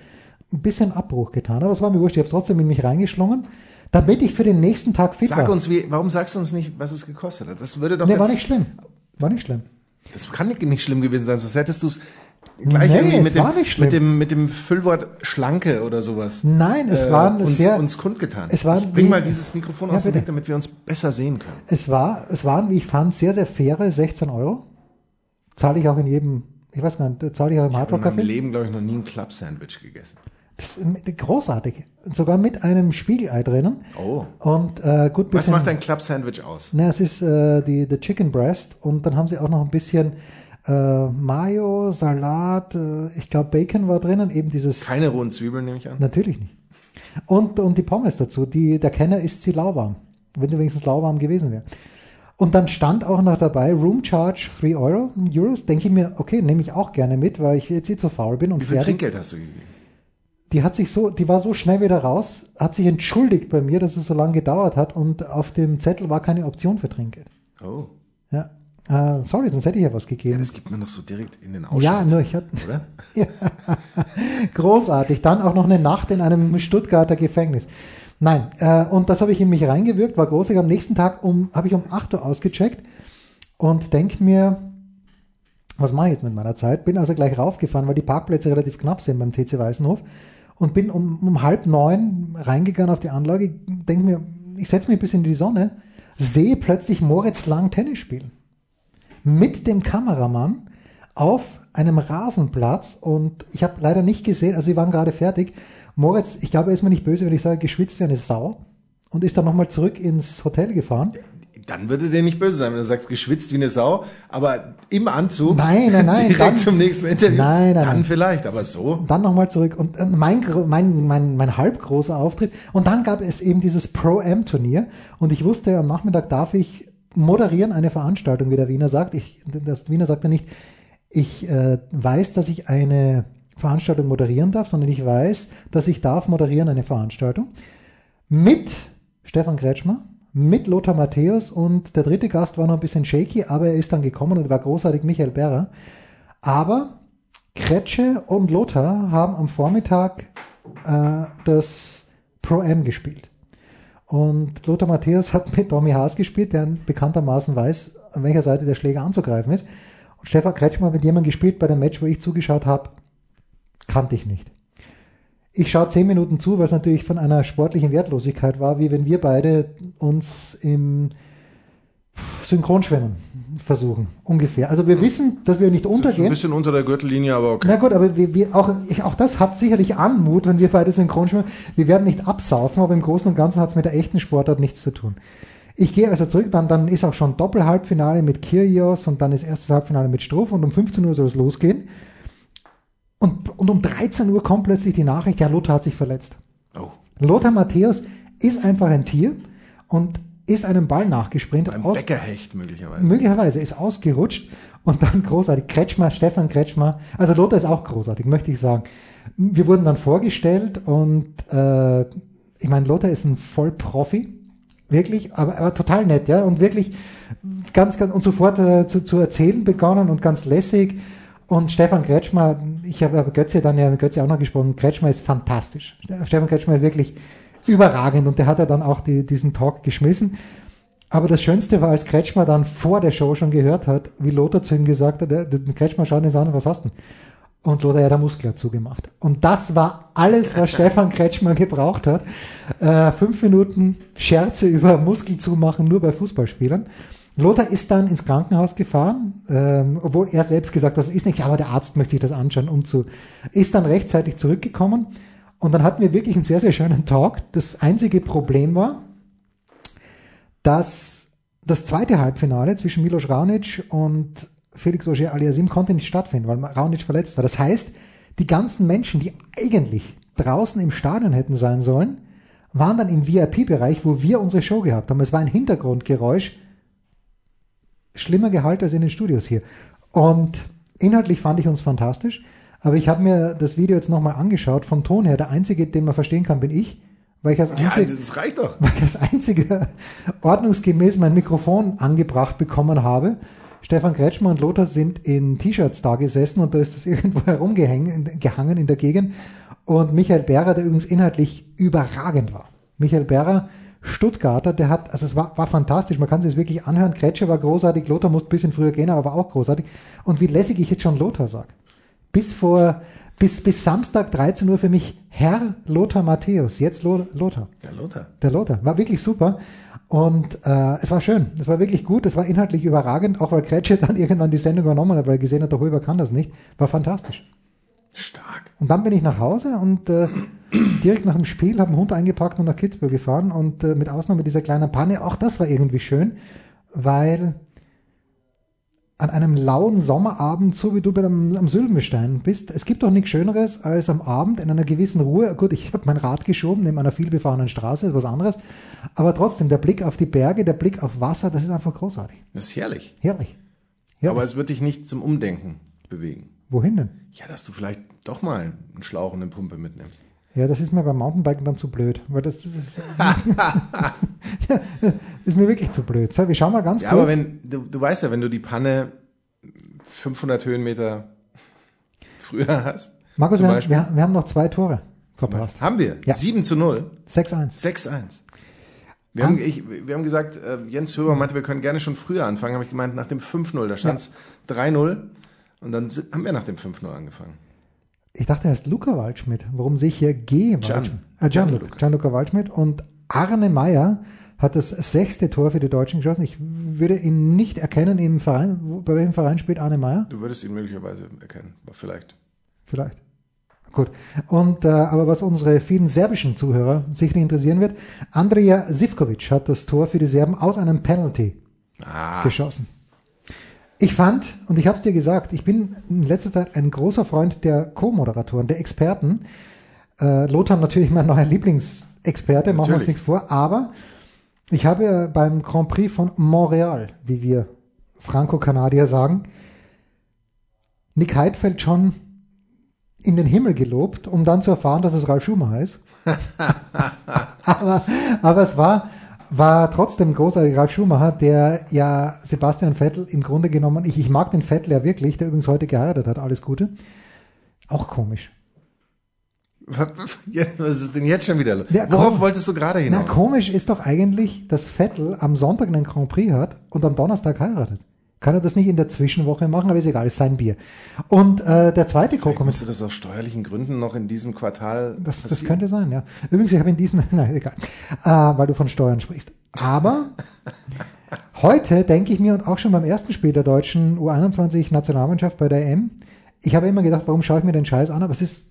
S3: ein bisschen Abbruch getan. Aber es war mir wurscht. Ich habe es trotzdem in mich reingeschlungen, damit ich für den nächsten Tag fit
S4: Sag
S3: war.
S4: uns, wie, warum sagst du uns nicht, was es gekostet hat? Das würde doch
S3: nee,
S4: jetzt,
S3: war nicht schlimm. War nicht schlimm.
S4: Das kann nicht- nicht schlimm gewesen sein, sonst hättest du es gleich irgendwie
S3: es
S4: mit, dem,
S3: war nicht schlimm.
S4: mit, dem, mit dem Füllwort Schlanke oder sowas. äh,
S3: Nein, es war ein
S4: uns,
S3: sehr...
S4: uns kundgetan.
S3: es war
S4: ich bring
S3: ein-
S4: mal dieses Mikrofon
S3: Ja,
S4: aus dem
S3: bitte.
S4: Weg, damit wir uns besser sehen können.
S3: Es, war, es waren, wie ich fand, sehr, sehr faire 16 Euro. Zahle ich auch in jedem, ich weiß gar nicht, zahle ich auch im
S4: Ich habe in meinem
S3: Hardrock-Café.
S4: Leben, glaube ich, noch nie ein Club-Sandwich gegessen.
S3: Das ist mit- Großartig. Sogar mit einem Spiegelei drinnen.
S4: Oh.
S3: Und äh, gut
S4: Was
S3: bisschen.
S4: macht ein Club-Sandwich aus?
S3: Na, es ist äh, die, the Chicken Breast und dann haben sie auch noch ein bisschen äh, Mayo, Salat, äh, ich glaube Bacon war drinnen, eben dieses.
S4: Keine rohen Zwiebeln, nehme ich an.
S3: Natürlich nicht. Und, und die Pommes dazu. Die, der Kenner isst sie lauwarm. Wenn sie wenigstens lauwarm gewesen wäre. Und dann stand auch noch dabei Room Charge 3 Euro, Euros. Denke ich mir, okay, nehme ich auch gerne mit, weil ich jetzt eh zu faul bin und
S4: Wie viel
S3: fertig.
S4: Trinkgeld hast du gegeben?
S3: Die hat sich so, die war so schnell wieder raus, hat sich entschuldigt bei mir, dass es so lange gedauert hat und auf dem Zettel war keine Option für Trinkgeld.
S4: Oh.
S3: Ja. Äh, sorry, sonst hätte ich ja was gegeben.
S4: Das gibt man doch so direkt in den Ausschnitt,
S3: Ja, ne? nur ich hatte
S4: oder?
S3: Großartig. Dann auch noch eine Nacht in einem Stuttgarter Gefängnis. Nein, äh, und das habe ich in mich reingewirkt, war großartig. Am nächsten Tag um, habe ich um 8 Uhr ausgecheckt und denke mir, was mache ich jetzt mit meiner Zeit? Bin also gleich raufgefahren, weil die Parkplätze relativ knapp sind beim TC Weißenhof und bin um, um halb neun reingegangen auf die Anlage, denke mir, ich setze mich ein bisschen in die Sonne, sehe plötzlich Moritz Lang Tennis spielen mit dem Kameramann auf einem Rasenplatz und ich habe leider nicht gesehen, also sie waren gerade fertig. Moritz, ich glaube, er ist mir nicht böse, wenn ich sage, geschwitzt wie eine Sau und ist dann nochmal zurück ins Hotel gefahren.
S4: Dann würde der nicht böse sein, wenn du sagst, geschwitzt wie eine Sau, aber im Anzug.
S3: Nein, nein, nein,
S4: Direkt
S3: dann-
S4: zum nächsten Interview.
S3: Nein, nein,
S4: Dann
S3: nein.
S4: vielleicht, aber so.
S3: Und dann nochmal zurück und äh, mein, gro- mein, mein, mein halb großer Auftritt. Und dann gab es eben dieses Pro-Am-Turnier und ich wusste, am Nachmittag darf ich moderieren eine Veranstaltung, wie der Wiener sagt. Ich, das Wiener sagt ja nicht, ich äh, weiß, dass ich eine Veranstaltung moderieren darf, sondern ich weiß, dass ich darf moderieren eine Veranstaltung mit Stefan Kretschmer, mit Lothar Matthäus und der dritte Gast war noch ein bisschen shaky, aber er ist dann gekommen und war großartig Michael Berrer. Aber Kretsche und Lothar haben am Vormittag äh, das Pro-Am gespielt. Und Lothar Matthäus hat mit Tommy Haas gespielt, der bekanntermaßen weiß, an welcher Seite der Schläger anzugreifen ist. Und Stefan Kretschmer hat mit jemandem gespielt bei dem Match, wo ich zugeschaut habe, kannte ich nicht. Ich schaue zehn Minuten zu, was natürlich von einer sportlichen Wertlosigkeit war, wie wenn wir beide uns im Synchronschwimmen versuchen, ungefähr. Also wir wissen, dass wir nicht
S4: So ein
S3: untergehen. Ne?
S4: bisschen unter der Gürtellinie, aber okay.
S3: Na gut, aber wir, wir auch, ich, auch das hat sicherlich Anmut, wenn wir beide synchron schwimmen. Wir werden nicht absaufen, aber im Großen und Ganzen hat es mit der echten Sportart nichts zu tun. Ich gehe also zurück, dann, dann ist auch schon Doppelhalbfinale mit Kyrgios und dann ist erstes Halbfinale mit Struff und um 15 Uhr soll es losgehen. Und, und um 13 Uhr kommt plötzlich die Nachricht, ja, Lothar hat sich verletzt.
S4: Oh.
S3: Lothar Matthäus ist einfach ein Tier und ist einem Ball nachgesprintet,
S4: Beim
S3: aus, Ne,
S4: Bäckerhecht möglicherweise.
S3: möglicherweise ist ausgerutscht und dann großartig. Kretschmer, Stefan Kretschmer, also Lothar ist auch großartig, möchte ich sagen. Wir wurden dann vorgestellt und äh, ich meine, Lothar ist ein Vollprofi, wirklich, aber, aber total nett, ja, und wirklich ganz, ganz und sofort äh, zu, zu erzählen begonnen und ganz lässig. Und Stefan Kretschmer, ich habe aber Götze dann ja mit Götze auch noch gesprochen, Kretschmer ist fantastisch. Stefan Kretschmer ist wirklich überragend und der hat ja dann auch die, diesen Talk geschmissen. Aber das Schönste war, als Kretschmer dann vor der Show schon gehört hat, wie Lothar zu ihm gesagt hat, der, der Kretschmer schaut ihn so an, was hast du denn? Und Lothar hat der Muskel hat zugemacht. Und das war alles, was Stefan Kretschmer gebraucht hat. Äh, fünf Minuten Scherze über Muskel zumachen, nur bei Fußballspielern. Lothar ist dann ins Krankenhaus gefahren, ähm, obwohl er selbst gesagt hat, das ist nichts, aber der Arzt möchte sich das anschauen, um zu, ist dann rechtzeitig zurückgekommen. Und dann hatten wir wirklich einen sehr, sehr schönen Talk. Das einzige Problem war, dass das zweite Halbfinale zwischen Milos Raonic und Felix Auger Aliasim konnte nicht stattfinden, weil Raonic verletzt war. Das heißt, die ganzen Menschen, die eigentlich draußen im Stadion hätten sein sollen, waren dann im VIP-Bereich, wo wir unsere Show gehabt haben. Es war ein Hintergrundgeräusch, schlimmer Gehalt als in den Studios hier. Und inhaltlich fand ich uns fantastisch, aber ich habe mir das Video jetzt nochmal angeschaut, vom Ton her. Der einzige, den man verstehen kann, bin ich, weil ich als
S4: Ja, also
S3: einzig,
S4: das reicht doch.
S3: *laughs* weil ich das einzige ordnungsgemäß mein Mikrofon angebracht bekommen habe. Stefan Kretschmer und Lothar sind in T-Shirts da gesessen und da ist das *laughs* irgendwo herumgehangen gehangen in der Gegend. Und Michael Berger, der übrigens inhaltlich überragend war. Michael Berger, Stuttgarter, der hat, also es war, war fantastisch, man kann sich das wirklich anhören. Kretsche war großartig, Lothar musste ein bisschen früher gehen, aber war auch großartig. Und wie lässig ich jetzt schon Lothar sag. Bis vor, bis, bis Samstag 13 Uhr für mich Herr Lothar Matthäus, jetzt Lo- Lothar
S4: Der Lothar.
S3: der Lothar. War wirklich super. Und äh, es war schön. Es war wirklich gut. Es war inhaltlich überragend, auch weil Kretsche *laughs* dann irgendwann die Sendung übernommen hat, weil er gesehen hat, der Huber kann das nicht. War fantastisch.
S4: Stark.
S3: Und dann bin ich nach Hause und äh, direkt nach dem Spiel habe einen Hund eingepackt und nach Kitzbühel gefahren. Und äh, mit Ausnahme dieser kleinen Panne, auch das war irgendwie schön, weil an einem lauen Sommerabend, so wie du bei dem, am Sülbenstein bist, es gibt doch nichts Schöneres, als am Abend in einer gewissen Ruhe, gut, ich habe mein Rad geschoben, neben einer vielbefahrenen Straße, ist was anderes, aber trotzdem, der Blick auf die Berge, der Blick auf Wasser, das ist einfach großartig.
S4: Das ist herrlich.
S3: Herrlich. Ja.
S4: Aber es wird dich nicht zum Umdenken bewegen.
S3: Wohin denn?
S4: Ja, dass du vielleicht doch mal einen Schlauch und eine Pumpe mitnimmst.
S3: Ja, das ist mir beim Mountainbiken dann zu blöd, weil das, das, das *laughs* ist mir wirklich zu blöd. So, wir schauen mal ganz
S4: Ja,
S3: kurz.
S4: aber wenn, du, du weißt ja, wenn du die Panne 500 Höhenmeter früher hast.
S3: Markus,
S4: zum
S3: wir, haben-
S4: Beispiel.
S3: wir, wir haben noch zwei Tore verpasst.
S4: Haben wir.
S3: Ja.
S4: 7 zu 0.
S3: 6-1.
S4: 6-1. Wir,
S3: Ah.
S4: haben, ich, wir haben gesagt, äh, Jens Höber meinte, wir können gerne schon früher anfangen. Habe ich gemeint, nach dem 5-0. Da stand es 3-0. Und dann si- haben wir nach dem 5-0 angefangen.
S3: Ich dachte, er heißt Luca Waldschmidt. Warum sehe ich hier G. Waldschmidt? Äh, Gianluca. Gianluca Waldschmidt. Und Arne Meyer hat das sechste Tor für die Deutschen geschossen. Ich würde ihn nicht erkennen im Verein. Wo- Bei welchem Verein spielt Arne Meyer?
S4: Du würdest ihn möglicherweise erkennen. Aber Vielleicht.
S3: Vielleicht. Gut. Und äh, aber was unsere vielen serbischen Zuhörer sicherlich interessieren wird, Andrija Sivkovic hat das Tor für die Serben aus einem Penalty
S4: Ah, *laughs*
S3: geschossen. Ich fand, und ich habe es dir gesagt, ich bin in letzter Zeit ein großer Freund der Co-Moderatoren, der Experten. Äh, Lothar natürlich mein neuer Lieblingsexperte, machen wir uns
S4: Natürlich.
S3: nichts vor, aber ich habe ja beim Grand Prix von Montreal, wie wir Franco-Kanadier sagen, Nick Heidfeld schon in den Himmel gelobt, um dann zu erfahren, dass es Ralf Schumacher ist. aber, aber es war, war trotzdem großartig Ralf Schumacher, der ja Sebastian Vettel im Grunde genommen, ich, ich mag den Vettel ja wirklich, der übrigens heute geheiratet hat, alles Gute. Auch komisch.
S4: was ist denn jetzt schon wieder los?
S3: Ja, komm.
S4: Worauf wolltest du gerade
S3: Na,
S4: hinaus?
S3: komisch ist doch eigentlich, dass Vettel am Sonntag einen Grand Prix hat und am Donnerstag heiratet. Kann er das nicht in der Zwischenwoche machen, aber ist egal, ist sein Bier. Und äh, der zweite
S4: Vielleicht
S3: Co-Kommentator.
S4: Müsste das aus steuerlichen Gründen noch in diesem Quartal
S3: Das, das
S4: passieren?
S3: könnte sein, ja. Übrigens, ich habe in diesem, *laughs* nein, egal, äh, weil du von Steuern sprichst. Aber heute denke ich mir und auch schon beim ersten Spiel der deutschen U21-Nationalmannschaft bei der EM, ich habe immer gedacht, warum schaue ich mir den Scheiß an? Aber es ist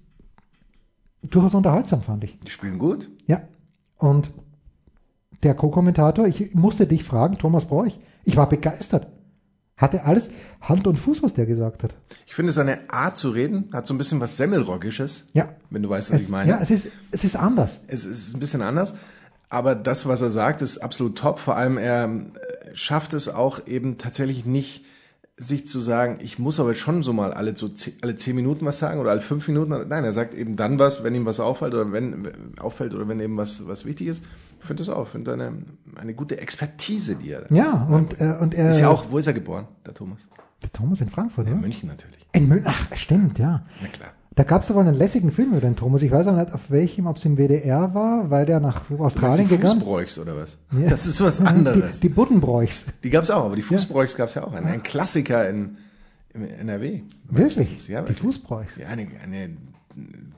S3: durchaus unterhaltsam, fand ich.
S4: Die spielen gut.
S3: Ja. Und der Co-Kommentator, ich musste dich fragen, Thomas Bräuch, ich war begeistert. Hatte alles Hand und Fuß, was der gesagt hat.
S4: Ich finde seine Art zu reden hat so ein bisschen was Semmelroggisches.
S3: Ja.
S4: Wenn du weißt, was
S3: Es,
S4: ich meine.
S3: ja, es ist, es ist anders.
S4: es ist ein bisschen anders, Aber das, was er sagt, ist absolut top. Vor allem, er ähm, schafft es auch eben tatsächlich nicht, sich zu sagen, ich muss aber jetzt schon so mal alle, so zeh- alle zehn Minuten was sagen oder alle fünf Minuten. Nein, er sagt eben dann was, wenn ihm was auffällt oder wenn, wenn auffällt oder wenn eben was, was wichtig ist. Ich finde das auch. Ich finde eine, eine gute Expertise, die er
S3: Ja, und, äh, und er.
S4: Ist ja auch, wo ist er geboren, der Thomas?
S3: Der Thomas in Frankfurt,
S4: In
S3: oder?
S4: München natürlich.
S3: In München. Ach, stimmt, ja.
S4: Na klar.
S3: Da gab es aber einen lässigen Film über den Thomas. Ich weiß aber nicht, auf welchem, ob es im WDR war, weil der nach
S4: Dass
S3: Australien
S4: du
S3: gegangen
S4: Fußbräuchs oder was?
S3: Ja.
S4: Das ist was
S3: *laughs* Die,
S4: anderes.
S3: die Buddenbräuchs.
S4: Die gab's auch, aber die Fußbräuchs gab's ja auch. Ein, ein Klassiker in, im NRW. Meines Wissens.
S3: Wirklich?
S4: Ja,
S3: die
S4: wirklich.
S3: Fußbräuchs.
S4: Ja, eine, eine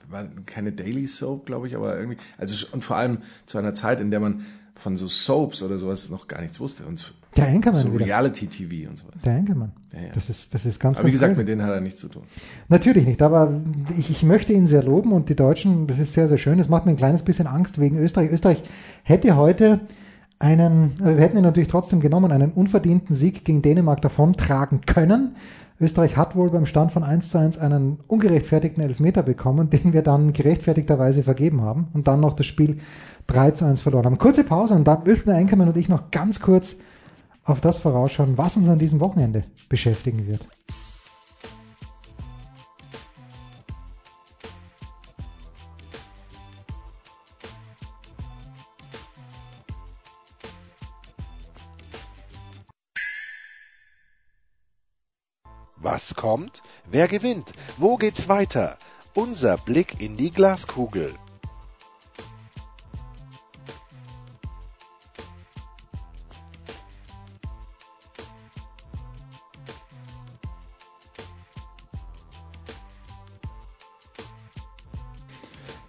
S4: war keine Daily Soap, glaube ich, aber irgendwie. Also und vor allem zu einer Zeit, in der man von so Soaps oder sowas noch gar nichts wusste und
S3: Der Enkermann
S4: so
S3: wieder.
S4: Reality TV und sowas.
S3: Der Enkermann.
S4: Ja, ja.
S3: Das ist, das ist ganz,
S4: Aber wie
S3: ganz
S4: gesagt,
S3: crazy.
S4: mit denen hat er nichts zu tun.
S3: Natürlich nicht, aber ich, ich möchte ihn sehr loben und die Deutschen, das ist sehr, sehr schön. Das macht mir ein kleines bisschen Angst wegen Österreich. Österreich hätte heute einen, äh, wir hätten ihn natürlich trotzdem genommen, einen unverdienten Sieg gegen Dänemark davontragen können. Österreich hat wohl beim Stand von 1 zu 1 einen ungerechtfertigten Elfmeter bekommen, den wir dann gerechtfertigterweise vergeben haben und dann noch das Spiel 3 zu 1 verloren haben. Kurze Pause und dann dürfen der Enkermann und ich noch ganz kurz auf das vorausschauen, was uns an diesem Wochenende beschäftigen wird.
S2: Was kommt? Wer gewinnt? Wo geht's weiter? Unser Blick in die Glaskugel.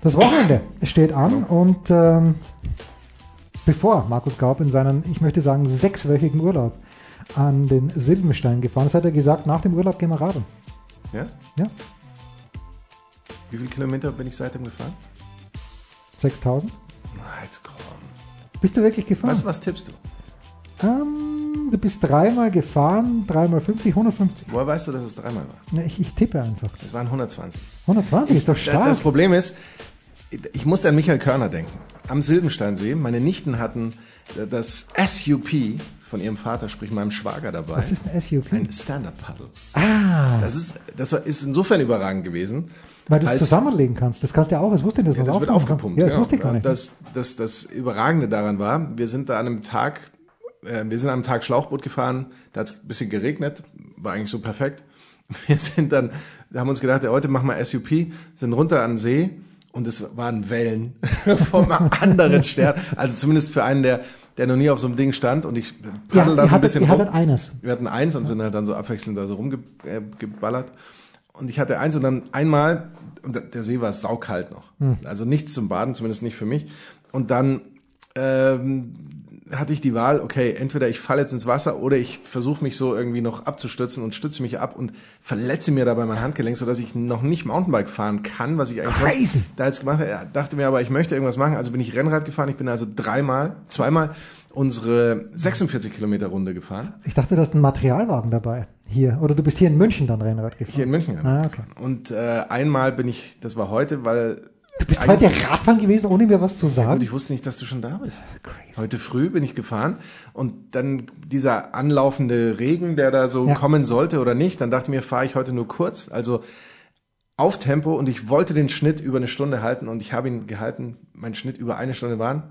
S3: Das Wochenende steht an und ähm, bevor Markus Gaub in seinen, ich möchte sagen, sechswöchigen Urlaub an den Silbenstein gefahren ist, hat er gesagt, nach dem Urlaub gehen wir radeln.
S4: Ja?
S3: Ja,
S4: Wie viele Kilometer bin ich seitdem gefahren?
S3: 6000.
S4: Na, jetzt komm.
S3: Ah. Bist du wirklich gefahren?
S4: Was, was tippst du?
S3: Ähm, du bist dreimal gefahren, dreimal 50, 150.
S4: Woher weißt du, dass es dreimal war?
S3: Na, Ich, ich tippe einfach.
S4: Es waren 120.
S3: 120 ist doch
S4: Da-
S3: stark.
S4: Das Problem ist, ich musste an Michael Körner denken. Am Silbensteinsee, meine Nichten hatten äh, das SUP von ihrem Vater, sprich meinem Schwager dabei.
S3: was ist ein SUP?
S4: ein Stand-Up-Paddle. Ah. Das ist, das war- ist insofern überragend gewesen.
S3: Weil du es
S4: als-
S3: zusammenlegen kannst. Das kannst du ja auch. Das wusste ich nicht. dass
S4: Ja,
S3: man
S4: das wird
S3: aufpumpen kann.
S4: aufgepumpt.
S3: Ja, das
S4: genau.
S3: wusste ich gar nicht.
S4: Das, das, das Überragende daran war, wir sind da an einem Tag, äh, wir sind an einem Tag Schlauchboot gefahren, da hat es ein bisschen geregnet, war eigentlich so perfekt. *laughs* Wir sind dann, haben uns gedacht, ja, heute machen wir SUP, sind runter an den See und es waren Wellen *laughs* vom anderen Stern. Also zumindest für einen, der, der noch nie auf so einem Ding stand und ich
S3: ja,
S4: paddel da so
S3: ihr
S4: ein
S3: hattet,
S4: bisschen
S3: ihr
S4: rum.
S3: hattet eines.
S4: Wir hatten eins und sind halt dann so abwechselnd da so rumgeballert. Und ich hatte eins und dann einmal, und da- der See war saukalt noch. Also nichts zum Baden, zumindest nicht für mich. Und dann ähm, hatte ich die Wahl, okay, entweder ich falle jetzt ins Wasser oder ich versuche mich so irgendwie noch abzustützen und stütze mich ab und verletze mir dabei mein Handgelenk, sodass ich noch nicht Mountainbike fahren kann, was ich eigentlich
S3: Crazy.
S4: sonst da jetzt gemacht habe. Dachte mir aber, ich möchte irgendwas machen, also bin ich Rennrad gefahren. Ich bin also dreimal, zweimal unsere 46 Kilometer Runde gefahren.
S3: Ich dachte, du hast einen Materialwagen dabei. Hier. Oder du bist hier in München dann Rennrad gefahren.
S4: Hier in München. ja.
S3: Ah, okay.
S4: Und äh, einmal bin ich, das war heute, weil
S3: Du bist heute Radfahren gewesen, ohne mir was zu
S4: und
S3: sagen?
S4: ich wusste nicht, dass du schon da bist.
S3: Crazy.
S4: Heute früh bin ich gefahren und dann dieser anlaufende Regen, der da so
S3: Ja.
S4: kommen sollte oder nicht, dann dachte ich mir, fahre ich heute nur kurz, also auf Tempo und ich wollte den Schnitt über eine Stunde halten und ich habe ihn gehalten. Mein Schnitt über eine Stunde waren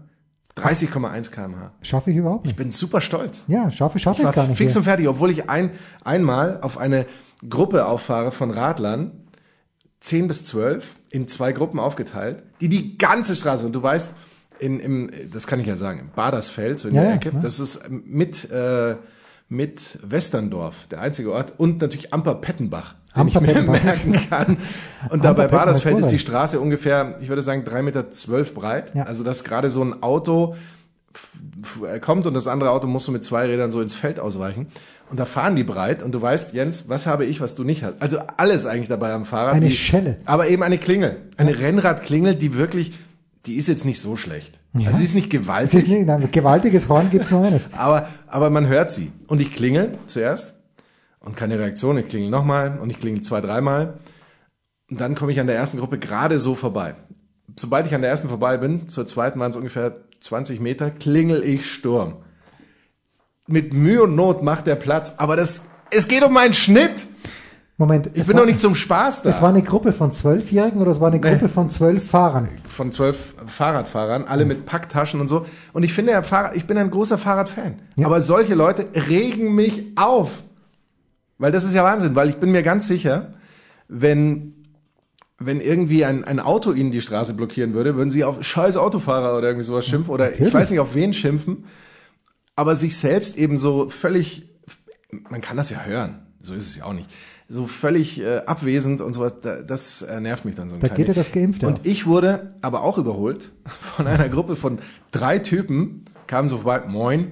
S4: 30,1 km/h.
S3: Schaffe ich überhaupt
S4: Ich
S3: nicht.
S4: bin super stolz.
S3: Ja, schaffe, schaffe
S4: Ich
S3: ich,
S4: war
S3: gar nicht.
S4: fix
S3: hier.
S4: und fertig, obwohl ich ein, einmal auf eine Gruppe auffahre von Radlern, 10 bis 12, in zwei Gruppen aufgeteilt, die die ganze Straße, und du weißt, in, im, das kann ich ja sagen, im Badersfeld, so in
S3: Ja,
S4: der
S3: ja,
S4: Ecke,
S3: ja.
S4: das ist mit, äh, mit Westerndorf, der einzige Ort, und natürlich Amper-Pettenbach, den ich mir
S3: Amper-Pettenbach.
S4: merken kann. Und dabei
S3: Amper-Pettenbach,
S4: Badersfeld ist die
S3: Vorreiter.
S4: Straße ungefähr, ich würde sagen, 3,12 Meter breit.
S3: Ja.
S4: Also, dass gerade so ein Auto f- f- äh, kommt und das andere Auto musst du mit zwei Rädern so ins Feld ausweichen. Und da fahren die breit und du weißt, Jens, was habe ich, was du nicht hast? Also alles eigentlich dabei am Fahrrad.
S3: Eine
S4: wie-
S3: Schelle.
S4: Aber eben eine Klingel. Eine Rennradklingel, die wirklich, die ist jetzt nicht so schlecht. Also sie ist nicht
S3: Es ist
S4: gewaltig,
S3: nicht, nein, gewaltiges Horn gibt's nur eines.
S4: aber, aber man hört sie. Und ich klingel zuerst und keine Reaktion. Ich klingel nochmal und ich klingel zwei, dreimal. Und dann komme ich an der ersten Gruppe gerade so vorbei. sobald ich an der ersten vorbei bin, zur zweiten waren es ungefähr 20 Meter, klingel ich Sturm. Mit Mühe und Not macht er Platz, aber das, es geht um meinen Schnitt.
S3: Moment,
S4: Ich bin
S3: war,
S4: doch nicht zum Spaß da.
S3: es war eine Gruppe von Zwölfjährigen oder es war eine
S4: Nee.
S3: Gruppe von zwölf Fahrern.
S4: von zwölf Fahrradfahrern, alle mit Packtaschen und so. Und ich finde ja, Fahrrad, ich bin ein großer Fahrradfan.
S3: Ja.
S4: Aber solche Leute regen mich auf. Weil das ist ja Wahnsinn, weil ich bin mir ganz sicher, wenn, wenn irgendwie ein, ein Auto ihnen die Straße blockieren würde, würden sie auf scheiß Autofahrer oder irgendwie sowas schimpfen oder ich
S3: natürlich.
S4: weiß nicht auf wen schimpfen, aber sich selbst eben so völlig, man kann das ja hören, so ist es ja auch nicht, so völlig äh, abwesend und sowas, da, das äh, nervt mich dann so ein
S3: Da
S4: klein
S3: geht ja
S4: wenig.
S3: das Geimpfte
S4: Und
S3: auf.
S4: ich wurde aber auch überholt von einer Gruppe von drei Typen, kamen so vorbei,
S3: *laughs*
S4: moin,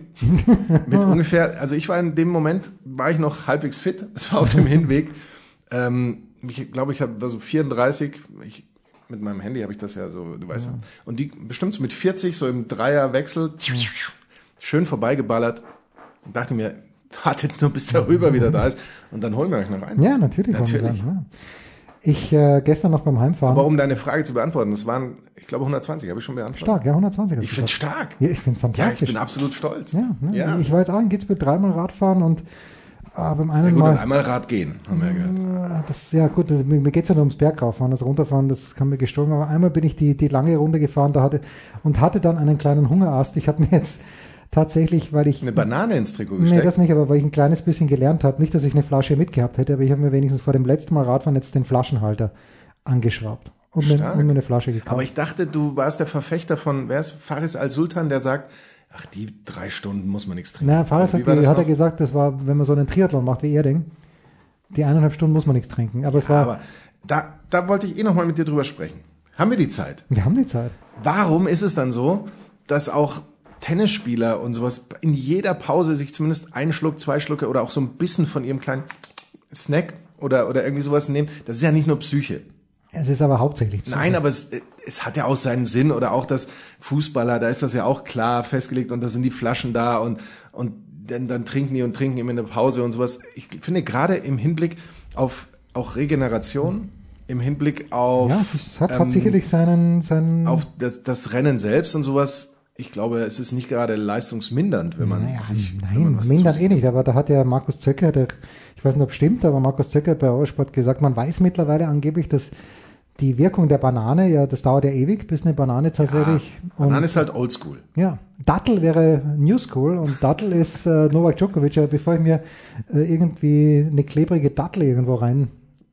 S4: mit ungefähr, also ich war in dem Moment, war ich noch halbwegs fit, *laughs* es war auf dem Hinweg. Ähm, ich glaube, ich habe so 34, ich, mit meinem Handy habe ich das ja so, du weißt ja. Und die bestimmt so mit 40, so im Dreierwechsel, schön vorbeigeballert und dachte mir, wartet nur, bis der Rüber wieder da ist und dann holen wir euch noch ein.
S3: Ja, natürlich. wollen wir
S4: Natürlich.
S3: sagen, ja. Ich äh, gestern noch beim Heimfahren.
S4: Aber um deine Frage zu beantworten, das waren, ich glaube, 120, habe ich schon beantwortet.
S3: stark, ja, 120.
S4: Ich finde stark.
S3: ja, ich find's
S4: Ja, ich
S3: fantastisch.
S4: bin absolut stolz.
S3: Ja, ne?
S4: ja.
S3: ich war jetzt auch in Kitzbühel dreimal Radfahren und äh, beim einen
S4: Gut, und
S3: Mal,
S4: einmal Rad gehen, haben wir ja gehört.
S3: äh, das, ja gut, das- mir, mir geht's ja nur ums Bergrauffahren, das Runterfahren, das kann mir gestohlen, aber einmal bin ich die, die lange Runde gefahren da hatte, und hatte dann einen kleinen Hungerast. Ich habe mir jetzt tatsächlich, weil ich,
S4: Eine Banane ins Trikot
S3: nee,
S4: gesteckt.
S3: das nicht, aber weil ich ein kleines bisschen gelernt habe, nicht, dass ich eine Flasche mitgehabt hätte, aber ich habe mir wenigstens vor dem letzten Mal Radfahren jetzt den Flaschenhalter angeschraubt und mir,
S4: Stark.
S3: und mir eine Flasche gekauft.
S4: Aber ich dachte, du warst der Verfechter von, wer ist Faris al-Sultan, der sagt, ach, die drei Stunden muss man nichts trinken.
S3: Na, Fares
S4: Wie
S3: hat,
S4: war das
S3: hat er
S4: noch?
S3: gesagt, das war, wenn man so einen Triathlon macht wie Erding, die eineinhalb Stunden muss man nichts trinken. Aber es war,
S4: Aber da, da wollte ich eh nochmal mit dir drüber sprechen. Haben wir die Zeit?
S3: wir haben die Zeit.
S4: Warum ist es dann so, dass auch Tennisspieler und sowas in jeder Pause sich zumindest einen Schluck, zwei Schlucke oder auch so ein bisschen von ihrem kleinen Snack oder, oder irgendwie sowas nehmen? Das ist ja nicht nur Psyche.
S3: Es ist aber hauptsächlich.
S4: Nein, aber es, es hat ja auch seinen Sinn oder auch das Fußballer, da ist das ja auch klar festgelegt und da sind die Flaschen da und, und dann, dann trinken die und trinken immer in der Pause und sowas. Ich finde gerade im Hinblick auf auch Regeneration, im Hinblick auf,
S3: Ja, es ist, hat,
S4: ähm,
S3: hat sicherlich seinen, seinen
S4: auf das, das Rennen selbst und sowas, ich glaube, es ist nicht gerade leistungsmindernd, wenn man
S3: naja,
S4: sich, wenn man
S3: nein,
S4: was
S3: mindern
S4: zu-
S3: eh nicht, aber da hat ja Markus Zöcker, der, ich weiß nicht, ob es stimmt, aber Markus Zöcker hat bei Eurosport gesagt, man weiß mittlerweile angeblich, dass die Wirkung der Banane, ja, das dauert ja ewig, bis eine Banane tatsächlich.
S4: Ah, und dann ist halt oldschool.
S3: Ja, Dattel wäre New School und Dattel ist äh, Novak Djokovic. Aber bevor ich mir äh, irgendwie eine klebrige Dattel irgendwo rein.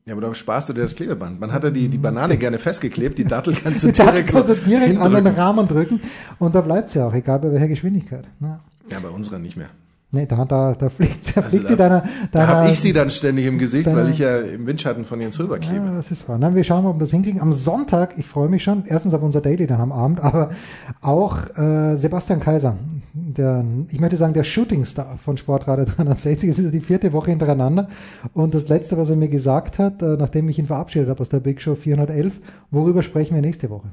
S4: Ja, aber da sparst du dir das Klebeband. Man hat ja die, die Banane gerne festgeklebt, die Dattel kannst du
S3: Mhm. Die Dattel *laughs*
S4: direkt, so
S3: kannst du also direkt an den
S4: hindrücken.
S3: Rahmen drücken und da bleibt's ja auch, egal bei welcher Geschwindigkeit. ne? Ja.
S4: Ja, bei unseren nicht mehr.
S3: Nee, da, da, da fliegt, da fliegt
S4: Also da-
S3: sie deiner.
S4: Da
S3: deiner
S4: habe ich sie dann ständig im Gesicht,
S3: da-
S4: weil ich ja im Windschatten von Jens Rüber klebe.
S3: ja, das ist wahr. Nein, wir schauen mal, ob wir das hinkriegen. Am Sonntag, ich freue mich schon, erstens auf unser Daily dann am Abend, aber auch äh, Sebastian Kaiser, der, ich möchte sagen, der Shootingstar von Sportradio 360. Es ist die vierte Woche hintereinander. Und das Letzte, was er mir gesagt hat, äh, nachdem ich ihn verabschiedet habe aus der Big Show 411, worüber sprechen wir nächste Woche?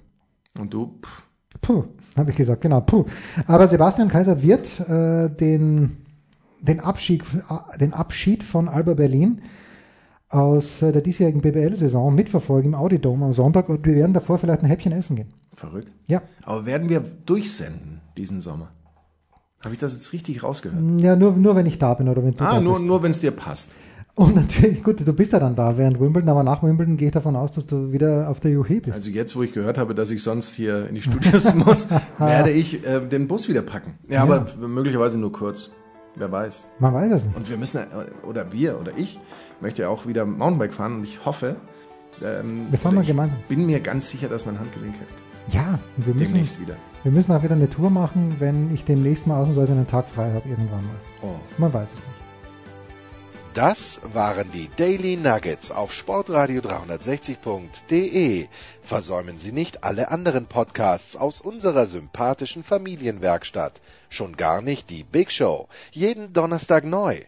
S4: Und du, pff,
S3: Puh, habe ich gesagt, genau, puh. Aber Sebastian Kaiser wird äh, den, den, Abschied, äh, den Abschied von Alba Berlin aus äh, der diesjährigen BBL-Saison mitverfolgen im Audidome am Sonntag und wir werden davor vielleicht ein Häppchen essen gehen.
S4: verrückt.
S3: Ja,
S4: Aber werden wir durchsenden diesen Sommer? Habe ich das jetzt richtig rausgehört?
S3: ja nur, nur wenn ich da bin oder wenn du
S4: Ah,
S3: da
S4: nur,
S3: bist.
S4: nur wenn es dir passt.
S3: Und natürlich, gut, du bist ja dann da während Wimbledon, aber nach Wimbledon gehe ich davon aus, dass du wieder auf der UHE bist.
S4: Also jetzt, wo ich gehört habe, dass ich sonst hier
S3: *laughs*
S4: in die Studios muss, werde ich äh, den Bus wieder packen. Ja, aber möglicherweise nur kurz. Wer weiß.
S3: Man weiß es nicht.
S4: Und wir müssen, äh, oder wir oder ich, möchte ja auch wieder Mountainbike fahren und ich hoffe, ähm,
S3: Wir fahren
S4: oder
S3: mal
S4: ich
S3: gemeinsam.
S4: bin mir ganz sicher, dass mein Handgelenk hält.
S3: Ja, und wir müssen,
S4: Demnächst wieder.
S3: wir müssen auch wieder eine Tour machen, wenn ich demnächst mal ausnahmsweise einen Tag frei habe irgendwann mal.
S4: Oh.
S3: Man weiß es nicht.
S2: Das waren die Daily Nuggets auf Sportradio 360.de. Versäumen Sie nicht alle anderen Podcasts aus unserer sympathischen Familienwerkstatt. Schon gar nicht die Big Show. Jeden Donnerstag neu.